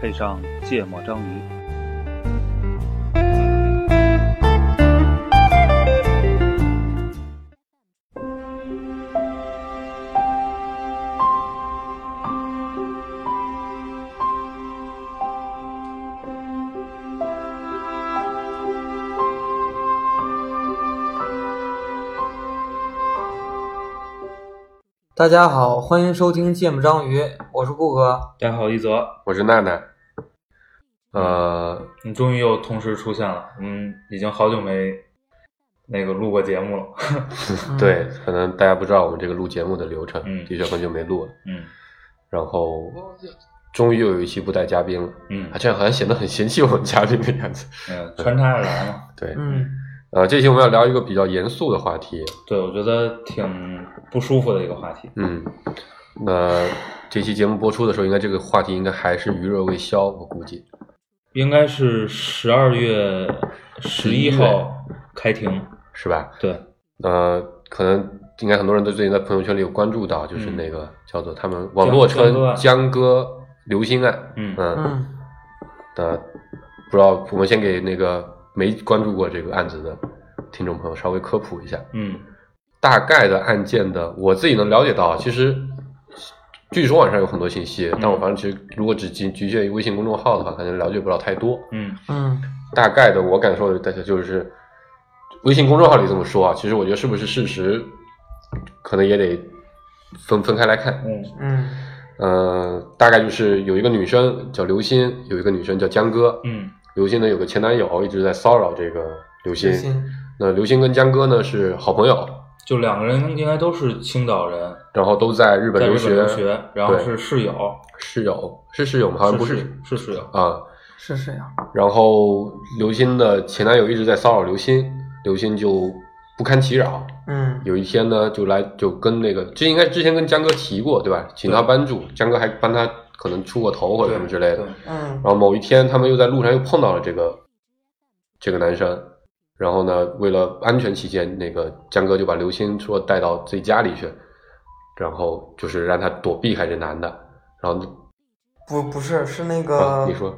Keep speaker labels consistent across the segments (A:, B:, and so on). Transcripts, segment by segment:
A: 配上芥末章鱼。
B: 大家好，欢迎收听《芥末章鱼》，我是顾哥。
C: 大家好，一泽，
D: 我是娜娜。呃，
C: 你终于又同时出现了。嗯，已经好久没那个录过节目了。
D: 对，可能大家不知道我们这个录节目的流程，
C: 嗯
D: 的确很久没录了。
C: 嗯
D: 然后终于又有一期不带嘉宾了，
C: 嗯
D: 啊，这样好像显得很嫌弃我们嘉宾的样子。
C: 嗯，穿插着来嘛。
D: 对，
B: 嗯，
D: 呃，这期我们要聊一个比较严肃的话题。
C: 对，我觉得挺不舒服的一个话题。
D: 嗯，那这期节目播出的时候，应该这个话题应该还是余热未消，我估计。
C: 应该是十二月十一号开庭。
D: 是吧？
C: 对，
D: 呃，可能应该很多人都最近在朋友圈里有关注到，就是
C: 嗯
D: 那个叫做他们网络
C: 江歌
D: 称
C: 案
D: 江歌流星案，
C: 嗯
D: 嗯，
B: 嗯，
D: 呃，不知道我们先给那个没关注过这个案子的听众朋友稍微科普一下，
C: 嗯
D: 大概的案件的我自己能了解到啊，其实。据说网上有很多信息，但我反正其实如果只局局限于微信公众号的话，可能了解不了太多。
C: 嗯
B: 嗯，
D: 大概的我感受的，大家就是微信公众号里这么说啊，其实我觉得是不是事实，可能也得分分开来看。
C: 嗯
B: 嗯，
D: 呃，大概就是有一个女生叫刘鑫，有一个女生叫江歌。
C: 嗯
D: 刘鑫呢有个前男友一直在骚扰这个刘鑫，
B: 心，
D: 那刘鑫跟江歌呢是好朋友，
C: 就两个人应该都是青岛人，
D: 然后都在日本
C: 在日
D: 留
C: 本
D: 学，
C: 留学，然后
D: 对
C: 是室友，
D: 室友是室友吗？好像不是
C: 室是室友。
D: 啊、
B: 是这样。
D: 然后刘鑫的前男友一直在骚扰刘鑫，刘鑫就不堪其扰，
B: 嗯
D: 有一天呢，就来就跟那个，这应该之前跟江哥提过，对吧？请他
C: 对
D: 帮助，江哥还帮他可能出过头或者什么之类的。
C: 对
D: 然
B: 嗯
D: 后某一天，他们又在路上又碰到了这个这个男生，然后呢，为了安全起见，那个江哥就把刘鑫说带到自己家里去，然后就是让他躲避开这男的。然后、
B: 不不是，是那
D: 啊
B: 个，
D: 你说，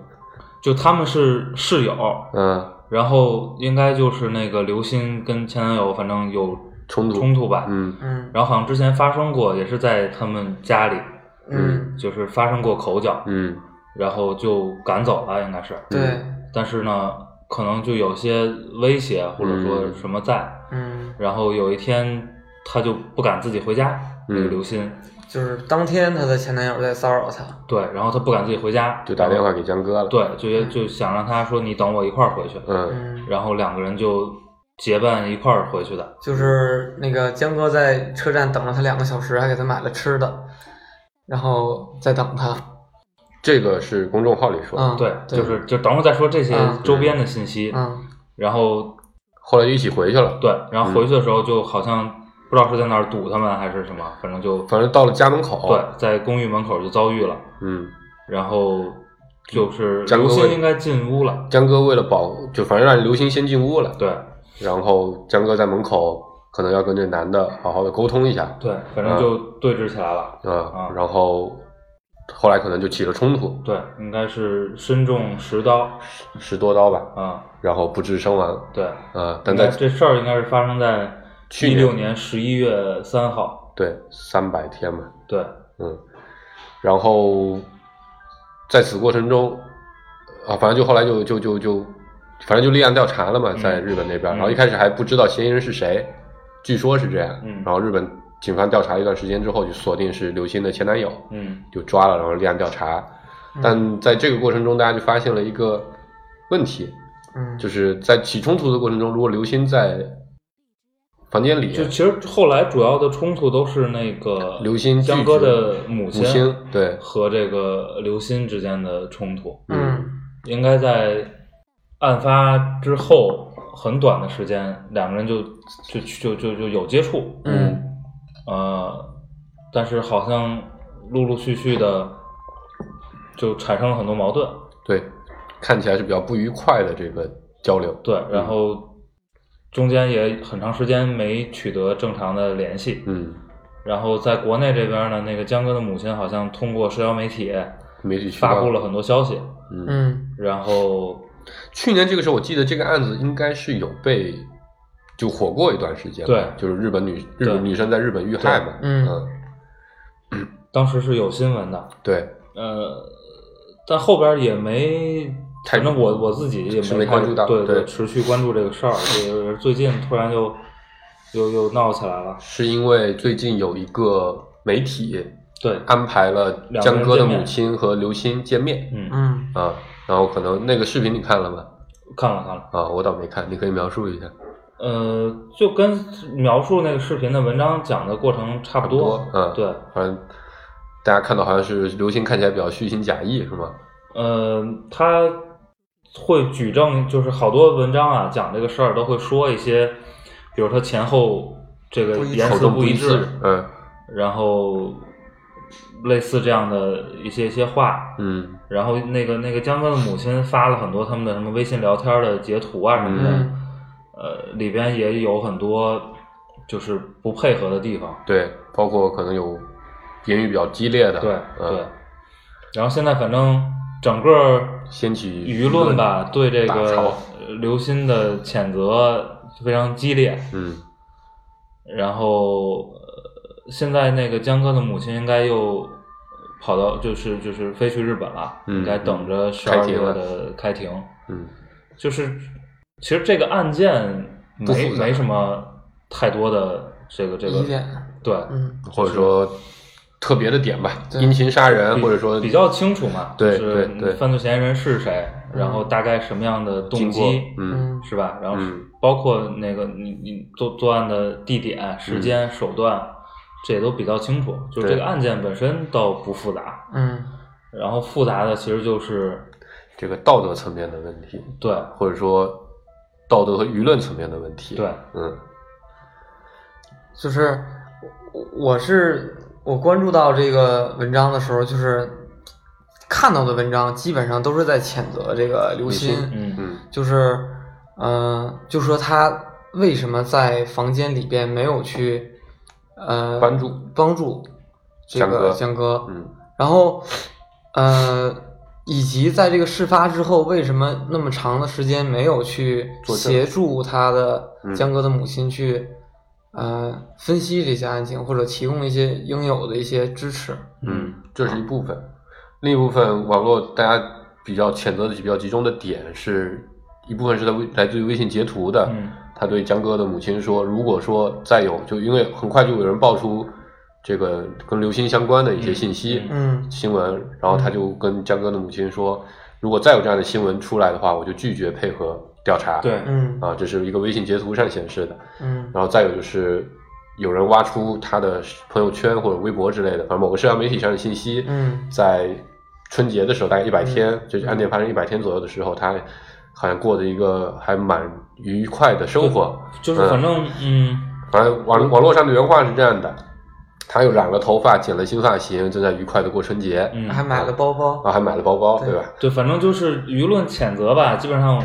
C: 就他们是室友，
D: 嗯，
C: 然后应该就是那个刘鑫跟前男友，反正有
D: 冲突，
C: 冲突吧。
D: 嗯
B: 嗯
C: 然后好像之前发生过，也是在他们家里，
B: 嗯，
C: 就是发生过口角，
D: 嗯
C: 然后就赶走了，应该是。
B: 对，
C: 但是呢，可能就有些威胁或者说什么在。
B: 嗯，
C: 然后有一天，他就不敢自己回家，那个
D: 嗯
C: 刘鑫。
B: 就是当天她的前男友在骚扰她。
C: 对，然后他不敢自己回家，
D: 就打电话给江哥了。，
C: 对，就就想让他说你等我一块儿回去。
D: 嗯
B: 嗯，
C: 然后两个人就结伴一块儿回去的。
B: 就是那个江哥在车站等了她两个小时，还给她买了吃的，然后再等她。
D: 这个是公众号里说的。
B: 嗯，
C: 对，
B: 对
C: 就是就等会儿再说这些
B: 嗯
C: 周边的信息。
B: 嗯
C: 然后
D: 后来就一起回去了。
C: 对，然后回去的时候就好像不知道是在那儿堵他们还是什么，反正就
D: 反正到了家门口，
C: 对，在公寓门口就遭遇了。
D: 嗯，
C: 然后就是
D: 张
C: 刘
D: 国
C: 鑫
D: 伟
C: 应该进屋了，
D: 江哥为了保，就反正让刘星先进屋了，
C: 对
D: 然后江哥在门口可能要跟这男的好好的沟通一下，
C: 对，反
D: 嗯
C: 正就对峙起来了。
D: 啊
C: 啊，
D: 然后后来可能就起了冲突，
C: 对，应该是身中十刀
D: 十多刀吧，
C: 啊，
D: 然后不治身亡，
C: 对。
D: 啊，
C: 应
D: 但
C: 该
D: 在
C: 这事儿应该是发生在
D: 去
C: 一
D: 年
C: 六年十一月三号，
D: 对三百天嘛，
C: 对，
D: 嗯，然后在此过程中，啊，反正就后来就就就就，反正就立案调查了嘛，在日本那边，
C: 嗯
D: 然后一开始还不知道嫌疑人是谁，据说是这样，
C: 嗯
D: 然后日本警方调查一段时间之后，就锁定是刘鑫的前男友，
C: 嗯
D: 就抓了，然后立案调查，但在这个过程中，大家就发现了一个问题，
B: 嗯，
D: 就是在起冲突的过程中，如果刘鑫在房间里，
C: 就其实后来主要的冲突都是那个
D: 刘鑫
C: 江
D: 拒
C: 哥
D: 绝
C: 的母
D: 母亲对
C: 和这个刘鑫之间的冲突，
B: 嗯
C: 应该在案发之后很短的时间，两个人就就就就就有接触，
B: 嗯
C: 呃，但是好像陆陆续续的就产生了很多矛盾，
D: 对，看起来是比较不愉快的这个交流，
C: 对，然后中间也很长时间没取得正常的联系，
D: 嗯。
C: 然后在国内这边呢，那个江哥的母亲好像通过社交媒体
D: 媒体去
C: 发布
D: 了。
C: 了很多消息，
D: 嗯，
B: 嗯
C: 然后
D: 去年这个时候，我记得这个案子应该是有被就火过一段时间吧，
C: 对
D: 就是日本女日
C: 对
D: 本女生在日本遇害嘛，
B: 嗯
C: 当时是有新闻的，
D: 对，
C: 呃，但后边也没，
D: 太
C: 反正我我自己也
D: 是
C: 没
D: 没
C: 太
D: 关注到
C: 对
D: 对
C: 持续关注这个事儿，这个最近突然又又又闹起来了，
D: 是因为最近有一个媒体
C: 对，
D: 安排了
C: 两个人
D: 江歌的
C: 见面
D: 母亲和刘鑫见面
C: 嗯，
B: 嗯，
D: 啊，然后可能那个视频你看了吗？
C: 看了看了，
D: 啊，我倒没看，你可以描述一下。
C: 呃，就跟描述那个视频的文章讲的过程差不多，
D: 差不多嗯
C: 对，
D: 好像大家看到好像是刘星看起来比较虚情假意，是吗？
C: 呃，他会举证，就是好多文章啊讲这个事儿都会说一些，比如他前后这个
B: 不一致
C: 言
D: 口
C: 辞
D: 中不
C: 一
D: 致，嗯
C: 然后类似这样的一些一些话，
D: 嗯
C: 然后那个那个江哥的母亲发了很多他们的什么微信聊天的截图啊什么的，
B: 嗯
C: 呃，里边也有很多就是不配合的地方，
D: 对，包括可能有言语比较激烈的，
C: 对、
D: 嗯、
C: 对，然后现在反正整个
D: 掀起
C: 舆论吧，对这
D: 大
C: 个
D: 潮
C: 呃刘鑫的谴责非常激烈。
D: 嗯
C: 然后呃现在那个江哥的母亲应该又跑到，就是就是飞去日本了，
D: 嗯
C: 应该等着十
D: 开
C: 二
D: 庭
C: 月
D: 了
C: 的开庭。
D: 嗯，
C: 就是其实这个案件
D: 不
C: 没
D: 复杂
C: 没什么太多的这个这个
B: 疑点，
C: 对，
B: 嗯
D: 或者说特别的点吧，
B: 对
D: 殷勤杀人，
C: 比
D: 或者说
C: 比较清楚嘛，
D: 对
C: 就是
D: 对对
C: 犯罪嫌疑人是谁，然后大概什么样的动
D: 经过
C: 机，
D: 嗯
B: 嗯
C: 是吧？然后
D: 嗯
C: 包括那个你你作作案的地点、时间、手段，这也都比较清楚。就是
D: 嗯对
C: 这个案件本身倒不复杂，
B: 嗯
C: 然后复杂的其实就是
D: 这个道德层面的问题，
C: 对
D: 或者说道德和舆论层面的问题，
C: 对，
D: 嗯
B: 就是我我是我关注到这个文章的时候，就是看到的文章基本上都是在谴责这个刘鑫，
D: 刘鑫
C: 嗯
D: 嗯
B: 就是呃，就说他为什么在房间里边没有去呃
D: 帮助
B: 帮助这个
D: 江
B: 江哥，
D: 嗯
B: 然后呃，以及在这个事发之后，为什么那么长的时间没有去
D: 作证
B: 协助他的
D: 嗯
B: 江哥的母亲去、呃分析这些案情，或者提供一些应有的一些支持？
D: 嗯，这是一部分。另一部分网络大家比较谴责的比较集中的点是，一部分是他微来自于微信截图的，
C: 嗯
D: 他对江哥的母亲说，如果说再有，就因为很快就有人爆出这个跟刘星相关的一些信息、
C: 嗯
B: 嗯
D: 新闻，然后他就跟江哥的母亲说，如果再有这样的新闻出来的话，我就拒绝配合调查。
C: 对，
B: 嗯
D: 啊，这是一个微信截图上显示的。
B: 嗯
D: 然后再有就是有人挖出他的朋友圈或者微博之类的，反正某个社交媒体上的信息，
B: 嗯
D: 在春节的时候，大概一百天，
B: 嗯
D: 就是案件发生一百天左右的时候，他好像过着一个还蛮愉快的生活。
C: 就是反正嗯
D: 反正网网络上的原话是这样的：他又染了头发，剪了新发型，正在愉快的过春节，
C: 嗯，
B: 还买了包包
D: 然，后还买了包包，
B: 对
D: 对吧？
C: 对，反正就是舆论谴责吧，基本上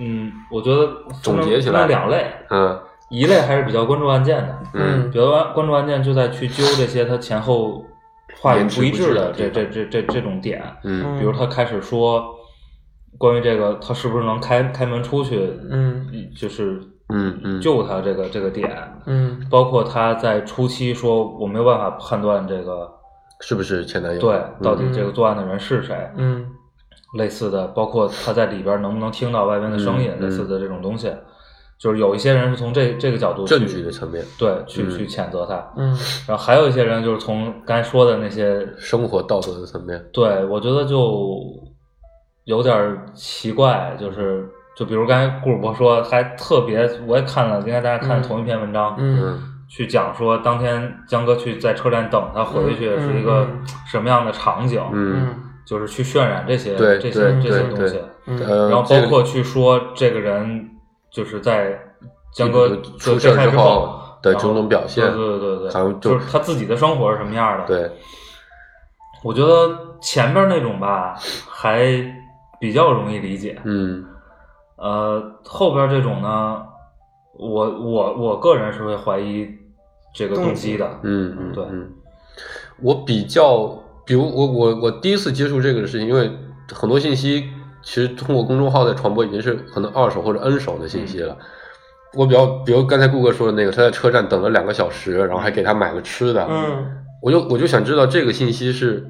C: 嗯，我觉得分
D: 总
C: 成
D: 结起
C: 分
D: 来
C: 成两类，
D: 嗯
C: 一类还是比较关注案件的，
D: 嗯
B: 嗯
C: 比如说关注案件就在去揪这些他前后话语不一致的这这这这这种点，
D: 嗯
C: 比如他开始说关于这个他是不是能开开门出去，
B: 嗯
C: 就是
D: 嗯嗯，
C: 救他这个这个点，
B: 嗯
C: 包括他在初期说我没有办法判断这个
D: 是不是前男友？
C: 对到底
B: 嗯
C: 这个作案的人是谁，
B: 嗯
C: 类似的，包括他在里边能不能听到外边的声音，
D: 嗯嗯
C: 类似的这种东西，就是有一些人是从这这个角度去
D: 证据的层面，
C: 对去
D: 嗯
C: 去谴责他，
B: 嗯
C: 然后还有一些人就是从刚才说的那些，
D: 生活道德的层面，
C: 对我觉得就有点儿奇怪，就是就比如刚才顾主播说，还特别我也看了，应该大家看
B: 嗯
C: 同一篇文章，
B: 嗯
D: 嗯
C: 去讲说当天江哥去在车站等他回去
B: 嗯
C: 是一个
B: 嗯
C: 什么样的场景，
D: 嗯。
B: 嗯
C: 就是去渲染这些
D: 对
C: 这
D: 对
C: 些这些
D: 对
C: 东西
D: 对，
B: 嗯
D: 呃，
C: 然后
D: 这
C: 包
D: 个
C: 括去说这个人就是在。江哥
D: 就
C: 就
D: 出事儿
C: 被害
D: 之
C: 之
D: 后的
C: 然后
D: 种种表现
C: 对对对对，
D: 咱们就
C: 就是他自己的生活是什么样的，
D: 对，
C: 我觉得前边那种吧，还比较容易理解。
D: 嗯
C: 呃，后边这种呢，我我我个人是会怀疑这个动机的。
D: 嗯，嗯
C: 对
D: 嗯，我比较比如我我我第一次接触这个的事情，因为很多信息其实通过公众号在传播已经是可能二手或者 N 手的信息
C: 嗯
D: 了。我比较，比如刚才顾哥说的那个，他在车站等了两个小时，然后还给他买了吃的，
B: 嗯，
D: 我就我就想知道这个信息是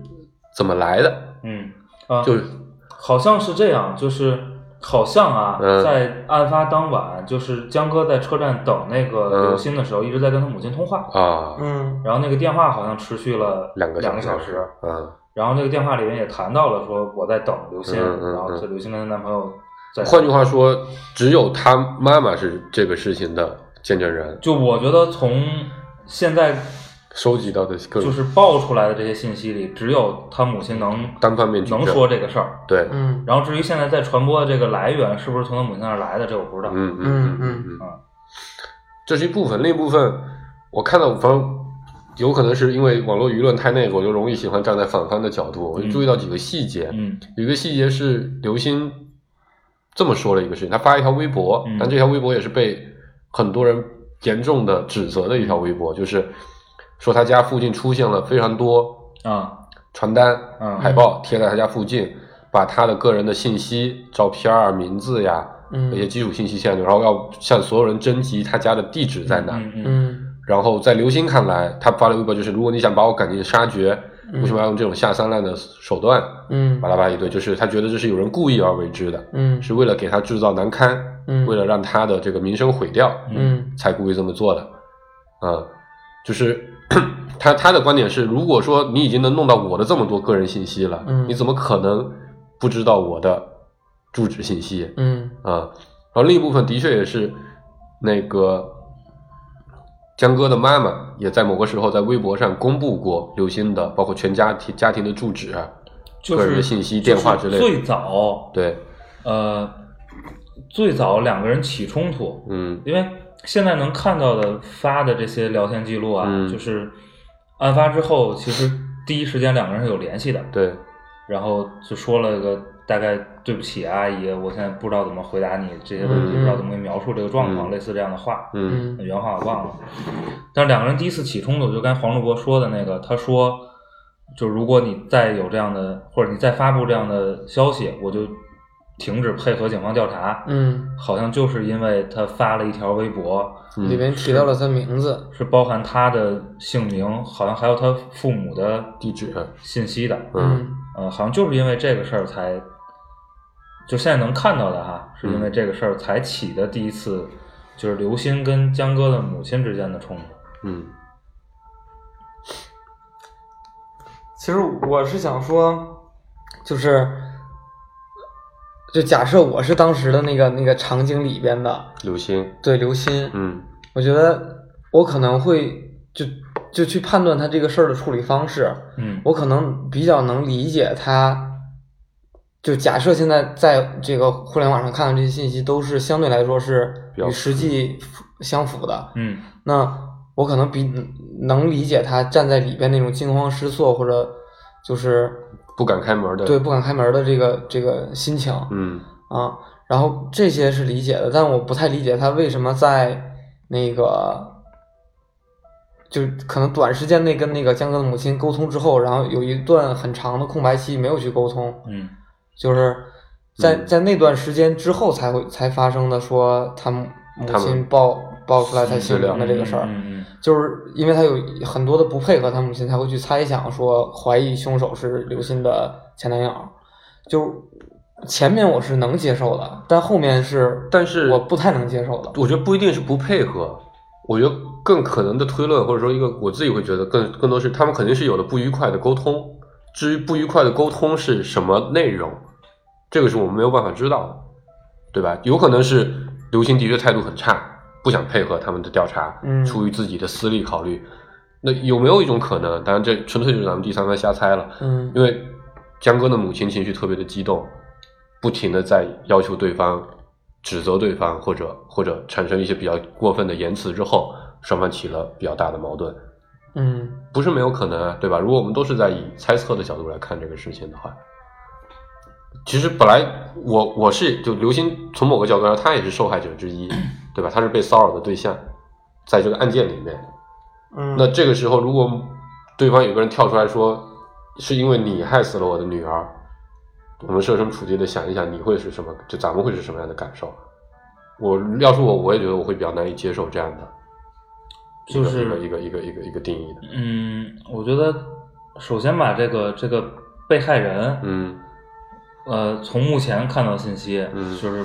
D: 怎么来的，
C: 嗯啊，
D: 就是
C: 好像是这样，就是好像啊，
D: 嗯
C: 在案发当晚，就是江哥在车站等那个刘鑫的时候，一直在跟他母亲通话，
D: 啊，
B: 嗯
C: 然后那个电话好像持续了
D: 两
C: 个
D: 个
C: 时，
D: 小时
C: 嗯
D: 啊，
C: 然后那个电话里面也谈到了说我在等刘鑫，
D: 嗯嗯嗯
C: 然后这刘鑫跟她男朋友在，
D: 换句话说，只有他妈妈是这个事情的见证人，
C: 就我觉得从现在
D: 收集到的各
C: 就
D: 种
C: 是爆出来的这些信息里，只有他母亲能
D: 单方面举证
C: 能说这个事儿。
D: 对，
B: 嗯
C: 然后至于现在在传播的这个来源是不是从他母亲那儿来的，这我不知道。
D: 嗯
B: 嗯
D: 嗯
B: 嗯
D: 嗯，这是一部分，另一部分我看到，反正有可能是因为网络舆论太那个，我就容易喜欢站在反方的角度，我就注意到几个细节，
C: 嗯
D: 有一个细节是刘星这么说了一个事情，他发一条微博，
C: 嗯
D: 但这条微博也是被很多人严重的指责的一条微博，就是说他家附近出现了非常多
C: 啊
D: 传单、
C: 嗯
D: 海报贴在他家附近，把他的个人的信息、照片儿、啊名字呀
B: 嗯
D: 那些基础信息线索，然后要向所有人征集他家的地址在哪。
C: 嗯嗯
B: 嗯
D: 然后在刘星看来，他发了微博就是，如果你想把我赶尽杀绝，为什么要用这种下三滥的手段？
B: 嗯
D: 巴拉巴拉一堆，就是他觉得这是有人故意而为之的，
B: 嗯
D: 是为了给他制造难堪，
B: 嗯
D: 为了让他的这个名声毁掉，
B: 嗯
D: 才故意这么做的。啊、就是 他他的观点是，如果说你已经能弄到我的这么多个人信息了，
B: 嗯
D: 你怎么可能不知道我的住址信息？
B: 嗯
D: 啊，然后另一部分的确也是那个江哥的妈妈也在某个时候在微博上公布过刘鑫的，包括全家庭家庭的住址啊、
C: 就
D: 个人
C: 是
D: 的信息、电话之类的。
C: 就是最早
D: 对，
C: 呃，最早两个人起冲突，
D: 嗯
C: 因为现在能看到的发的这些聊天记录啊，
D: 嗯
C: 就是案发之后，其实第一时间两个人是有联系的，
D: 对，
C: 然后就说了个大概对不起啊阿姨，我现在不知道怎么回答你这些问题，
B: 嗯
C: 不知道怎么描述这个状况，
D: 嗯
C: 类似这样的话，
D: 嗯
B: 嗯
C: 原话我忘了。但是两个人第一次起冲突，就跟黄主播说的那个，他说，就如果你再有这样的，或者你再发布这样的消息，我就停止配合警方调查。
B: 嗯，
C: 好像就是因为他发了一条微博，
D: 嗯
B: 里边提到了他名字，
C: 是包含他的姓名，好像还有他父母的
D: 地址，啊
C: 信息的。
D: 嗯
B: 嗯
C: 呃，好像就是因为这个事儿才，就现在能看到的哈，是
D: 嗯
C: 因为这个事儿才起的第一次，就是刘鑫跟江哥的母亲之间的冲突。
D: 嗯
B: 其实我是想说，就是，就假设我是当时的那个那个场景里边的，
D: 刘鑫，
B: 对刘鑫，
D: 嗯
B: 我觉得我可能会就就去判断他这个事儿的处理方式，
C: 嗯
B: 我可能比较能理解他。就假设现在在这个互联网上看到这些信息，都是相对来说是
D: 比较
B: 与实际相符的，
C: 嗯
B: 那我可能比能理解他站在里边那种惊慌失措或者就是
D: 不敢开门的，
B: 对，不敢开门的这个这个心情
D: 嗯
B: 啊。然后这些是理解的，但我不太理解他为什么在那个，就是可能短时间内跟那个江哥的母亲沟通之后，然后有一段很长的空白期没有去沟通，
C: 嗯
B: 就是在、
D: 嗯
B: 在那段时间之后才会才发生的，说他母
D: 他们
B: 亲爆爆出来他姓
D: 资料
B: 名的这个事儿。
C: 嗯嗯
B: 就是因为他有很多的不配合，他母亲才会去猜想说怀疑凶手是刘鑫的前男友。就前面我是能接受的，但后面是
D: 但是
B: 我不太能接受的。
D: 我觉得不一定是不配合，我觉得更可能的推论，或者说一个我自己会觉得更更多是他们肯定是有了不愉快的沟通，至于不愉快的沟通是什么内容，这个是我们没有办法知道的，对吧？有可能是刘星的确态度很差，不想配合他们的调查，
B: 嗯
D: 出于自己的私利考虑。那有没有一种可能？当然，这纯粹就是咱们第三方瞎猜了。
B: 嗯
D: 因为江哥的母亲情绪特别的激动，不停的在要求对方、指责对方，或者或者产生一些比较过分的言辞之后，双方起了比较大的矛盾，
B: 嗯
D: 不是没有可能啊，对吧？如果我们都是在以猜测的角度来看这个事情的话，其实本来我我是就刘星从某个角度上，他也是受害者之一，对吧？他是被骚扰的对象，在这个案件里面，
B: 嗯
D: 那这个时候，如果对方有个人跳出来说是因为你害死了我的女儿，我们设身处地的想一想，你会是什么，就咱们会是什么样的感受？我要是我，我也觉得我会比较难以接受这样的，
C: 就
D: 一个
C: 是
D: 一个一个一个一个一个定义的，
C: 嗯，我觉得首先把这个这个被害人，
D: 嗯
C: 呃，从目前看到的信息，
D: 嗯
C: 就是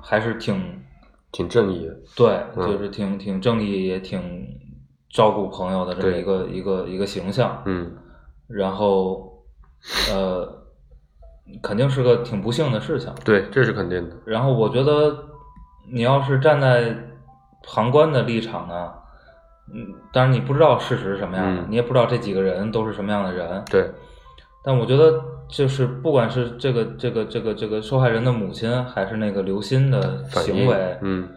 C: 还是挺
D: 挺正义的，
C: 对，
D: 嗯
C: 就是挺挺正义，也挺照顾朋友的这么
D: 对
C: 一个一个一个形象。
D: 嗯
C: 然后，呃，肯定是个挺不幸的事情。
D: 对，这是肯定的，
C: 然后我觉得你要是站在旁观的立场呢，嗯，当然你不知道事实是什么样的，
D: 嗯
C: 你也不知道这几个人都是什么样的人，
D: 对，
C: 但我觉得，就是不管是这个这个这个这个受害人的母亲，还是那个刘鑫的
D: 反
C: 行
D: 应
C: 为，
D: 嗯，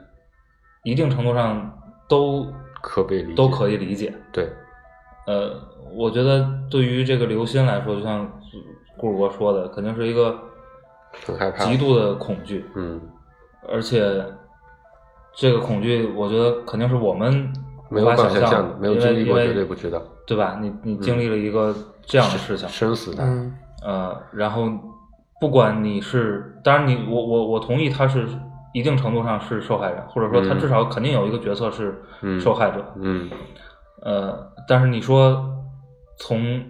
C: 一定程度上都
D: 可被理解
C: 都可以理解。
D: 对，
C: 呃，我觉得对于这个刘鑫来说，就像顾主播说的，肯定是一个
D: 很害怕，
C: 极度的恐惧，
D: 嗯，
C: 而且这个恐惧，我觉得肯定是我们
D: 没有
C: 无
D: 办
C: 法
D: 法
C: 想
D: 想象
C: 的
D: 的，没有
C: 因为
D: 经历过
C: 因为
D: 绝对不知道嗯
C: 对吧？你你经历了一个这样的事情，
D: 生死的，
B: 嗯
C: 呃，然后不管你是，当然你我我我同意他是一定程度上是受害人，或者说他
D: 嗯
C: 至少肯定有一个角色是
D: 嗯
C: 受害者，
D: 嗯
C: 呃，但是你说从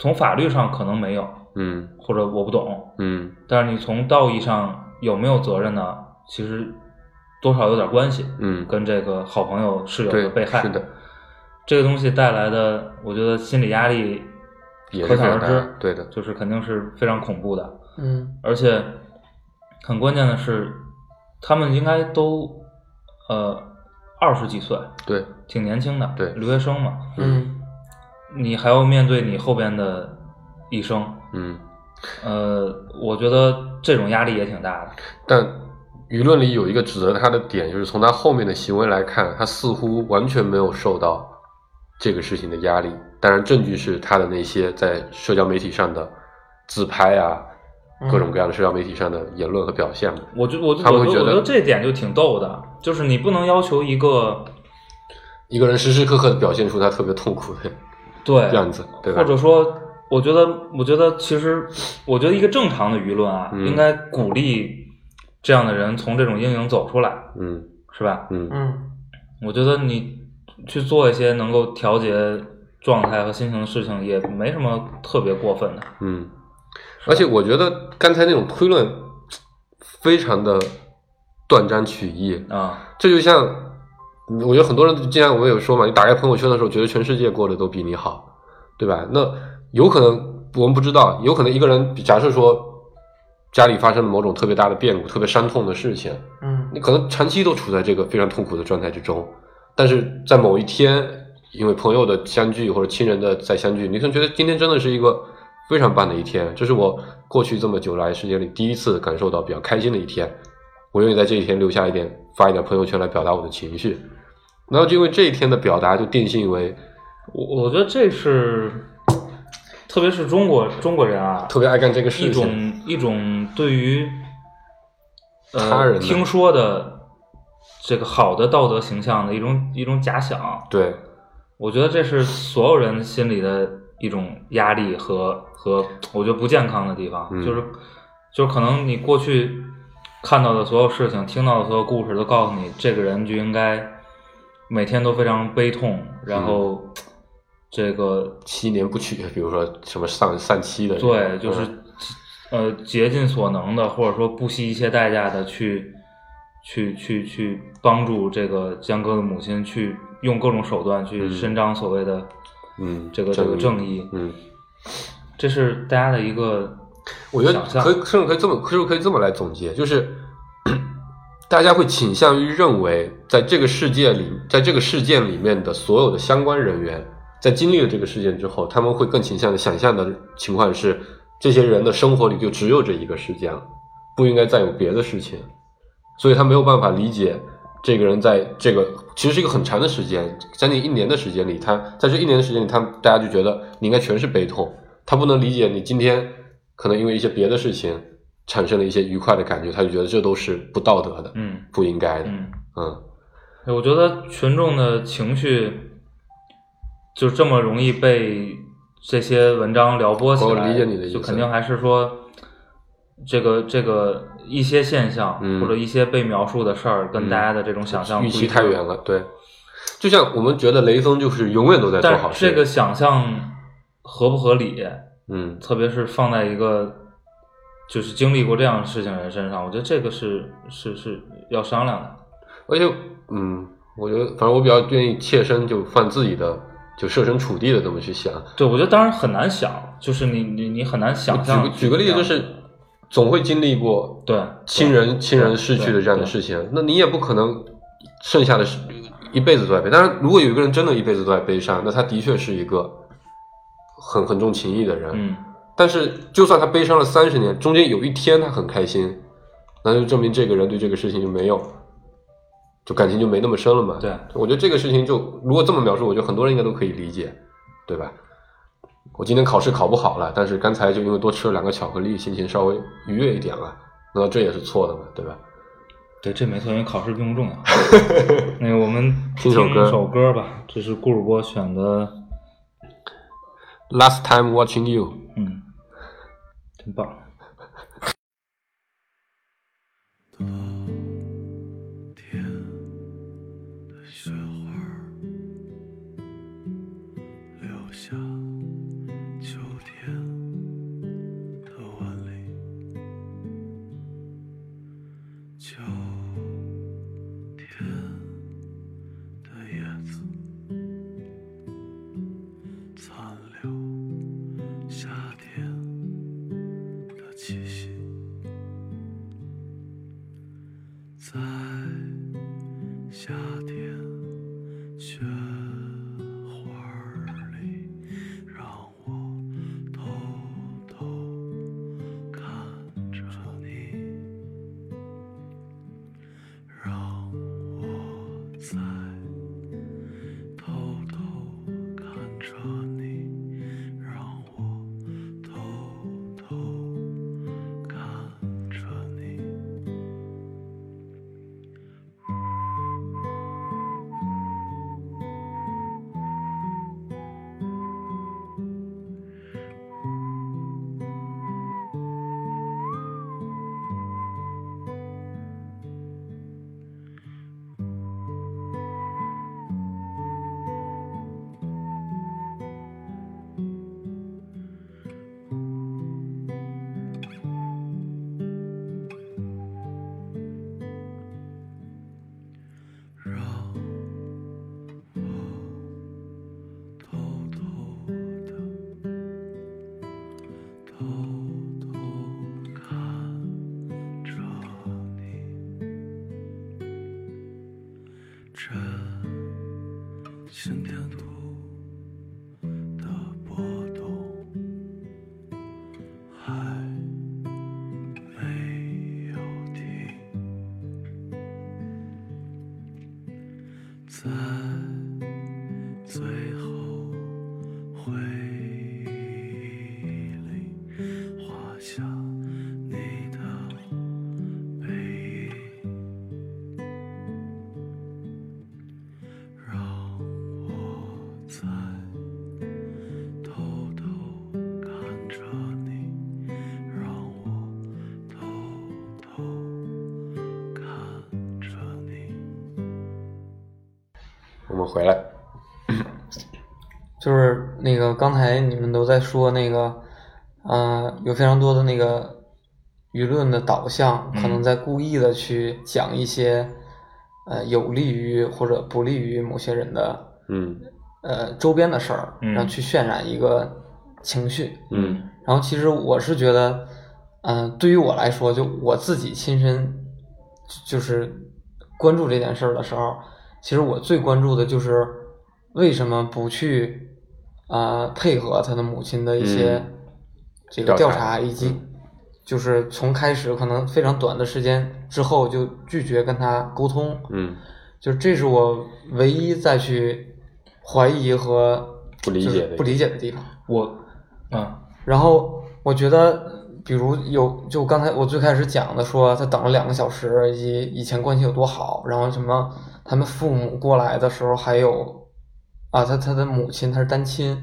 C: 从法律上可能没有，
D: 嗯
C: 或者我不懂，
D: 嗯，
C: 但是你从道义上有没有责任呢？其实多少有点关系，
D: 嗯
C: 跟这个好朋友室友
D: 对
C: 的被害，
D: 是的，
C: 这个东西带来的，我觉得心理压力
D: 也
C: 可
D: 是
C: 想
D: 非常
C: 而
D: 大
C: 知，
D: 对的，
C: 就是肯定是非常恐怖的。
B: 嗯
C: 而且很关键的是，他们应该都呃二十几岁，
D: 对，
C: 挺年轻的，
D: 对
C: 留学生嘛，
B: 嗯
C: 你还要面对你后边的一生，
D: 嗯。
C: 呃，我觉得这种压力也挺大的，
D: 但舆论里有一个指责他的点，就是从他后面的行为来看，他似乎完全没有受到这个事情的压力。当然，证据是他的那些在社交媒体上的自拍啊，
B: 嗯
D: 各种各样的社交媒体上的言论和表现嘛。
C: 我就我就
D: 他们
C: 我
D: 会
C: 觉
D: 觉
C: 得
D: 得
C: 我觉得这点就挺逗的，就是你不能要求一个
D: 一个人时时刻刻的表现出他特别痛苦的
C: 对
D: 样子，对吧
C: 或？者说，我觉得，我觉得其实，我觉得一个正常的舆论啊，
D: 嗯
C: 应该鼓励这样的人从这种阴影走出来，
D: 嗯
C: 是吧？
D: 嗯
B: 嗯
C: 我觉得你去做一些能够调节状态和心情的事情，也没什么特别过分的。
D: 嗯。而且我觉得刚才那种推论非常的断章取义。
C: 啊，
D: 这就像，嗯我觉得很多人就经常我也有说嘛，你打开朋友圈的时候，觉得全世界过得都比你好，对吧？那有可能我们不知道，有可能一个人，假设说家里发生了某种特别大的变故、特别伤痛的事情，
B: 嗯
D: 你可能长期都处在这个非常痛苦的状态之中，但是在某一天，因为朋友的相聚或者亲人的再相聚，你可能觉得今天真的是一个非常棒的一天，这是我过去这么久来时间里第一次感受到比较开心的一天。我愿意在这一天留下一点，发一点朋友圈来表达我的情绪，然后就因为这一天的表达就定性为
C: 我我觉得这是，特别是中国中国人啊，
D: 特别爱干这个
C: 一
D: 事情，
C: 种一种对于呃
D: 他人的
C: 听说的这个好的道德形象的一种一种假想。
D: 对，
C: 我觉得这是所有人心里的一种压力和和我觉得不健康的地方，
D: 嗯
C: 就是就是可能你过去看到的所有事情、听到的所有故事，都告诉你这个人就应该每天都非常悲痛，然后这个
D: 七年不娶，比如说什么丧丧妻的人，
C: 对，就是
D: 嗯
C: 呃竭尽所能的，或者说不惜一切代价的去去去去帮助这个江哥的母亲，去用各种手段去
D: 嗯
C: 伸张所谓的
D: 嗯
C: 这个这个
D: 正
C: 正义，
D: 嗯。
C: 这是大家的一个
D: 我觉得
C: 想象
D: 可以，甚至可以这么，甚至可以这么来总结，就是 大家会倾向于认为，在这个世界里，在这个事件里面的所有的相关人员，在经历了这个事件之后，他们会更倾向于想象的情况是，这些人的生活里就只有这一个事件了，不应该再有别的事情，所以他没有办法理解。这个人在这个其实是一个很长的时间，将近一年的时间里，他在这一年的时间里，他大家就觉得你应该全是悲痛，他不能理解你今天可能因为一些别的事情产生了一些愉快的感觉，他就觉得这都是不道德的，
C: 嗯
D: 不应该的。
C: 嗯，
D: 嗯
C: 哎我觉得群众的情绪就这么容易被这些文章撩拨起来，
D: 哦我理解你的意思
C: 就肯定还是说，这个这个一些现象、
D: 嗯
C: 或者一些被描述的事儿，跟
D: 嗯
C: 大家的这种想象
D: 预
C: 不
D: 期
C: 一
D: 太
C: 致
D: 远了，对。就像我们觉得雷锋就是永远都在做好
C: 但是
D: 事，
C: 这个想象合不合理？
D: 嗯，
C: 特别是放在一个就是经历过这样的事情的人身上，我觉得这个是是是要商量的。
D: 而且嗯，我觉得反正我比较愿意切身就放自己的就设身处地的这么去想。
C: 对，我觉得当然很难想，就是你你你很难想
D: 举
C: 象
D: 个举个例子，就是总会经历过
C: 对
D: 亲人亲人逝去的这样的
C: 对
D: 事情，那你也不可能剩下的是一辈子都在悲。当然，如果有一个人真的一辈子都在悲伤，那他的确是一个很很重情义的人。
C: 嗯，
D: 但是，就算他悲伤了三十年，中间有一天他很开心，那就证明这个人对这个事情就没有，就感情就没那么深了嘛。
C: 对，
D: 我觉得这个事情就如果这么描述，我觉得很多人应该都可以理解，对吧？我今天考试考不好了，但是刚才就因为多吃了两个巧克力，心情稍微愉悦一点了，那这也是错的嘛，对吧？
C: 对，这没错，因为考试并不重要。 那个我们
D: 听首歌
C: 听首歌吧，这是顾主播选的，
D: Last time watching you，
C: 嗯，真棒。
E: 当天的雪花儿留下秋天的晚里，秋天的叶子残留夏天的气息。在夏天雪花儿里，让我偷偷看着你，让我在偷偷看着你，让我偷偷看着你。让我偷偷的、偷偷看着你，这心电图的波动还没有停。在最后回忆里画下你的背影，让我在偷偷看着你，让我偷偷看着你。
D: 我们回来。
B: 就是那个刚才你们都在说那个，呃，有非常多的那个舆论的导向，可能在故意的去讲一些，呃，有利于或者不利于某些人的
D: 嗯
B: 呃周边的事儿，
C: 嗯
B: 然后去渲染一个情绪。
D: 嗯
B: 然后其实我是觉得，嗯、对于我来说，就我自己亲身就是关注这件事儿的时候，其实我最关注的就是为什么不去呃配合他的母亲的一些
D: 嗯
B: 这个调
D: 调
B: 查，
D: 查
B: 以及
D: 嗯
B: 就是从开始可能非常短的时间之后就拒绝跟他沟通，
D: 嗯，
B: 就这是我唯一再去怀疑和
D: 不理解
B: 就是
D: 的
B: 不理解的地方。
C: 我，啊，
B: 然后我觉得，比如有就刚才我最开始讲的说，他等了两个小时，以及以前关系有多好，然后什么他们父母过来的时候还有啊，他他的母亲他是单亲，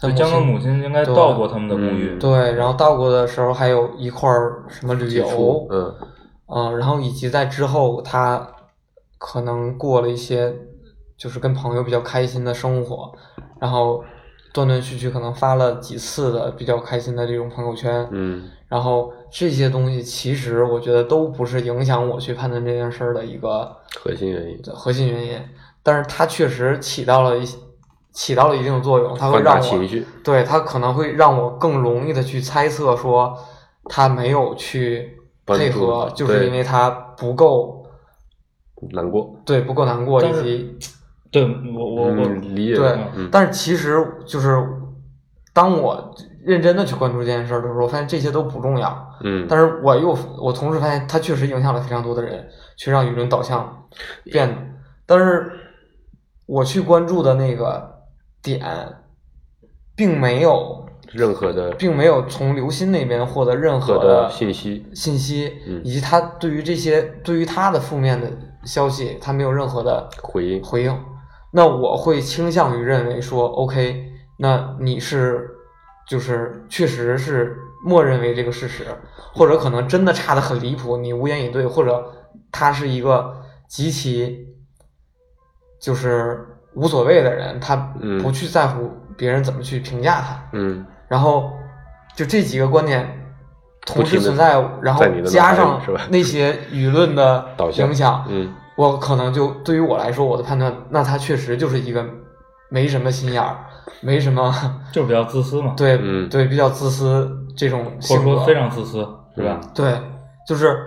B: 他
C: 对，江歌
B: 亲
C: 母亲应该
B: 对
C: 到过他们的公寓，
D: 嗯
B: 对，然后到过的时候还有一块儿什么旅
D: 接触
B: 游，
D: 嗯，
B: 嗯，然后以及在之后他可能过了一些就是跟朋友比较开心的生活，然后断断续续可能发了几次的比较开心的这种朋友圈，
D: 嗯
B: 然后这些东西其实我觉得都不是影响我去判断这件事儿的一个
D: 核心原因，
B: 核心原因，但是它确实起到了一些起到了一定的作用，它会
D: 放
B: 让
D: 大
B: 我
D: 情绪，
B: 对他可能会让我更容易的去猜测说他没有去
D: 帮
B: 配
D: 助
B: 合，
D: 你
B: 就是
D: 对
B: 因为他不够
D: 难过，
B: 对不够难过
C: 但
B: 以
C: 是
B: 及
C: 对我我我、
D: 嗯，理解，
B: 对
D: 嗯，
B: 但是其实就是当我认真的去关注这件事儿的时候，我发现这些都不重要。
D: 嗯，
B: 但是我又我同时发现，它确实影响了非常多的人，去让舆论导向变得。但是我去关注的那个点，并没有
D: 任何的
B: 并没有从刘鑫那边获得任
D: 任
B: 何
D: 何的信息，
B: 信息
D: 嗯，
B: 以及他对于这些对于他的负面的消息，他没有任何的
D: 回应，
B: 回应。那我会倾向于认为说，OK，那你是就是确实是默认为这个事实，或者可能真的差的很离谱，你无言以对，或者他是一个极其就是无所谓的人，他
D: 嗯
B: 不去在乎别人怎么去评价他。
D: 嗯，
B: 然后就这几个观点同时
D: 不停地
B: 存在，然后
D: 在你的脑海里
B: 加上
D: 是吧
B: 那些舆论的
D: 导向
B: 影响，
D: 嗯，
B: 我可能就对于我来说，我的判断，那他确实就是一个没什么心眼儿，没什么
C: 就是比较自私嘛，，
B: 对、
D: 嗯
B: 对比较自私这种
C: 或
B: 性
C: 者
B: 格，
C: 说非常自私，是吧？
B: 对，就是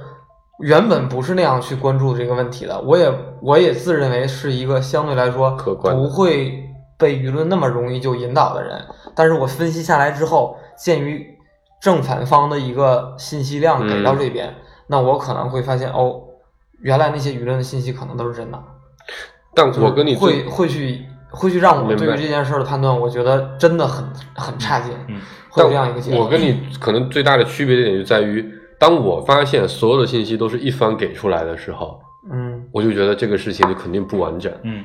B: 原本不是那样去关注这个问题的，我也我也自认为是一个相对来说
D: 客观的
B: 不会被舆论那么容易就引导的人，但是我分析下来之后，鉴于正反方的一个信息量给
D: 嗯
B: 到这边，那我可能会发现哦，原来那些舆论的信息可能都是真的，
D: 但
B: 就是
D: 我跟你
B: 会
D: 最
B: 会去。会去让我
D: 明白
B: 对于这件事儿的判断，我觉得真的很很差劲，
C: 嗯
B: 会
D: 但
B: 有这样一个结果。
D: 我跟你可能最大的区别点就在于，当我发现所有的信息都是一方给出来的时候，
B: 嗯，
D: 我就觉得这个事情就肯定不完整。
C: 嗯，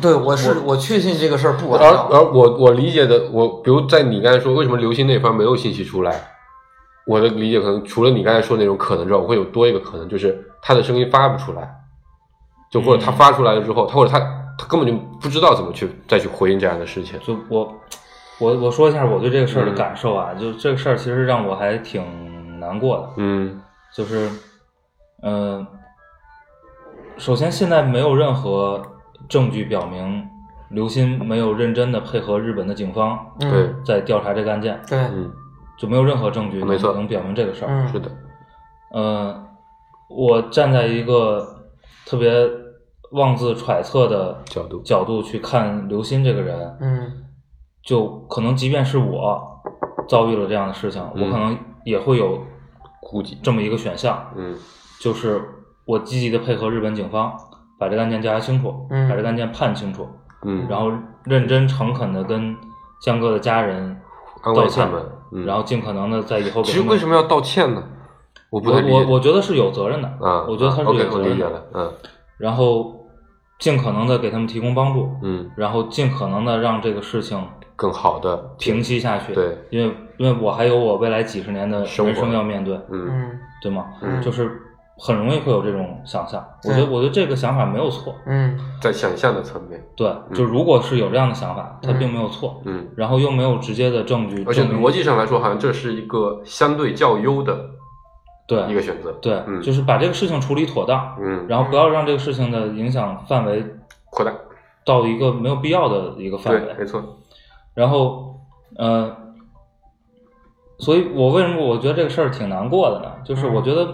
B: 对，我是我确信这个事儿不完
D: 而
B: 整。
D: 而我我理解的，我比如在你刚才说为什么流星那方没有信息出来，我的理解可能除了你刚才说的那种可能之外，我会有多一个可能，就是他的声音发不出来，就或者他
C: 嗯
D: 发出来了之后，他或者他他根本就不知道怎么去再去回应这样的事情。
C: 就我我我说一下我对这个事儿的感受啊，就这个事儿其实让我还挺难过的，
D: 嗯
C: 就是，嗯、首先现在没有任何证据表明刘鑫没有认真的配合日本的警方
B: 嗯
D: 对，
C: 在调查这个案件，
B: 对，
D: 嗯，
C: 就没有任何证据
D: 没错
C: 能表明这个事儿。
B: 嗯，
D: 是的，
C: 嗯，我站在一个特别妄自揣测的
D: 角度
C: 角度去看刘鑫这个人，
B: 嗯
C: 就可能即便是我遭遇了这样的事情，我
D: 嗯
C: 可能也会有
D: 估计，
C: 这么一个选项，
D: 嗯
C: 就是我积极的配合日本警方把这个案件调查清楚，
B: 嗯
C: 把这个案件判清楚，
D: 嗯，
C: 然后认真诚恳的跟江哥的家人
D: 安
C: 道
D: 慰他
C: 歉，
D: 们，嗯
C: 然后尽可能的在以后给
D: 其实
C: 他们
D: 为什么要道歉呢？我不
C: 我
D: 太理解。
C: 我我觉得是有责任的
D: 啊，
C: 我觉得他是
D: OK，
C: 有
D: 我
C: 责
D: 理
C: 任
D: 解
C: 的
D: 了，，嗯
C: 然后尽可能的给他们提供帮助，
D: 嗯，
C: 然后尽可能的让这个事情
D: 更好的，
C: 平息下去，
D: 对，
C: 因为因为我还有我未来几十年的
D: 生活
C: 人生要面对，
D: 嗯
B: 嗯
C: 对吗？
B: 嗯
C: 就是很容易会有这种想象，我
B: 对
C: 觉得我觉得这个想法没有错，
B: 嗯
D: 在想象的层面，
C: 对，就如果是有这样的想法，它
B: 嗯
C: 并没有错，
D: 嗯，
C: 然后又没有直接的证据，
D: 而且
C: 证明
D: 逻辑上来说，好像这是一个相对较优的一个
C: 对
D: 选择，
C: 对，
D: 嗯
C: 就是把这个事情处理妥当，
D: 嗯，
C: 然后不要让这个事情的影响范围
D: 扩大，
C: 到一个没有必要的一个范围
D: 对，，没错，
C: 然后，呃，所以我为什么我觉得这个事儿挺难过的呢？就是
D: 嗯
C: 我觉得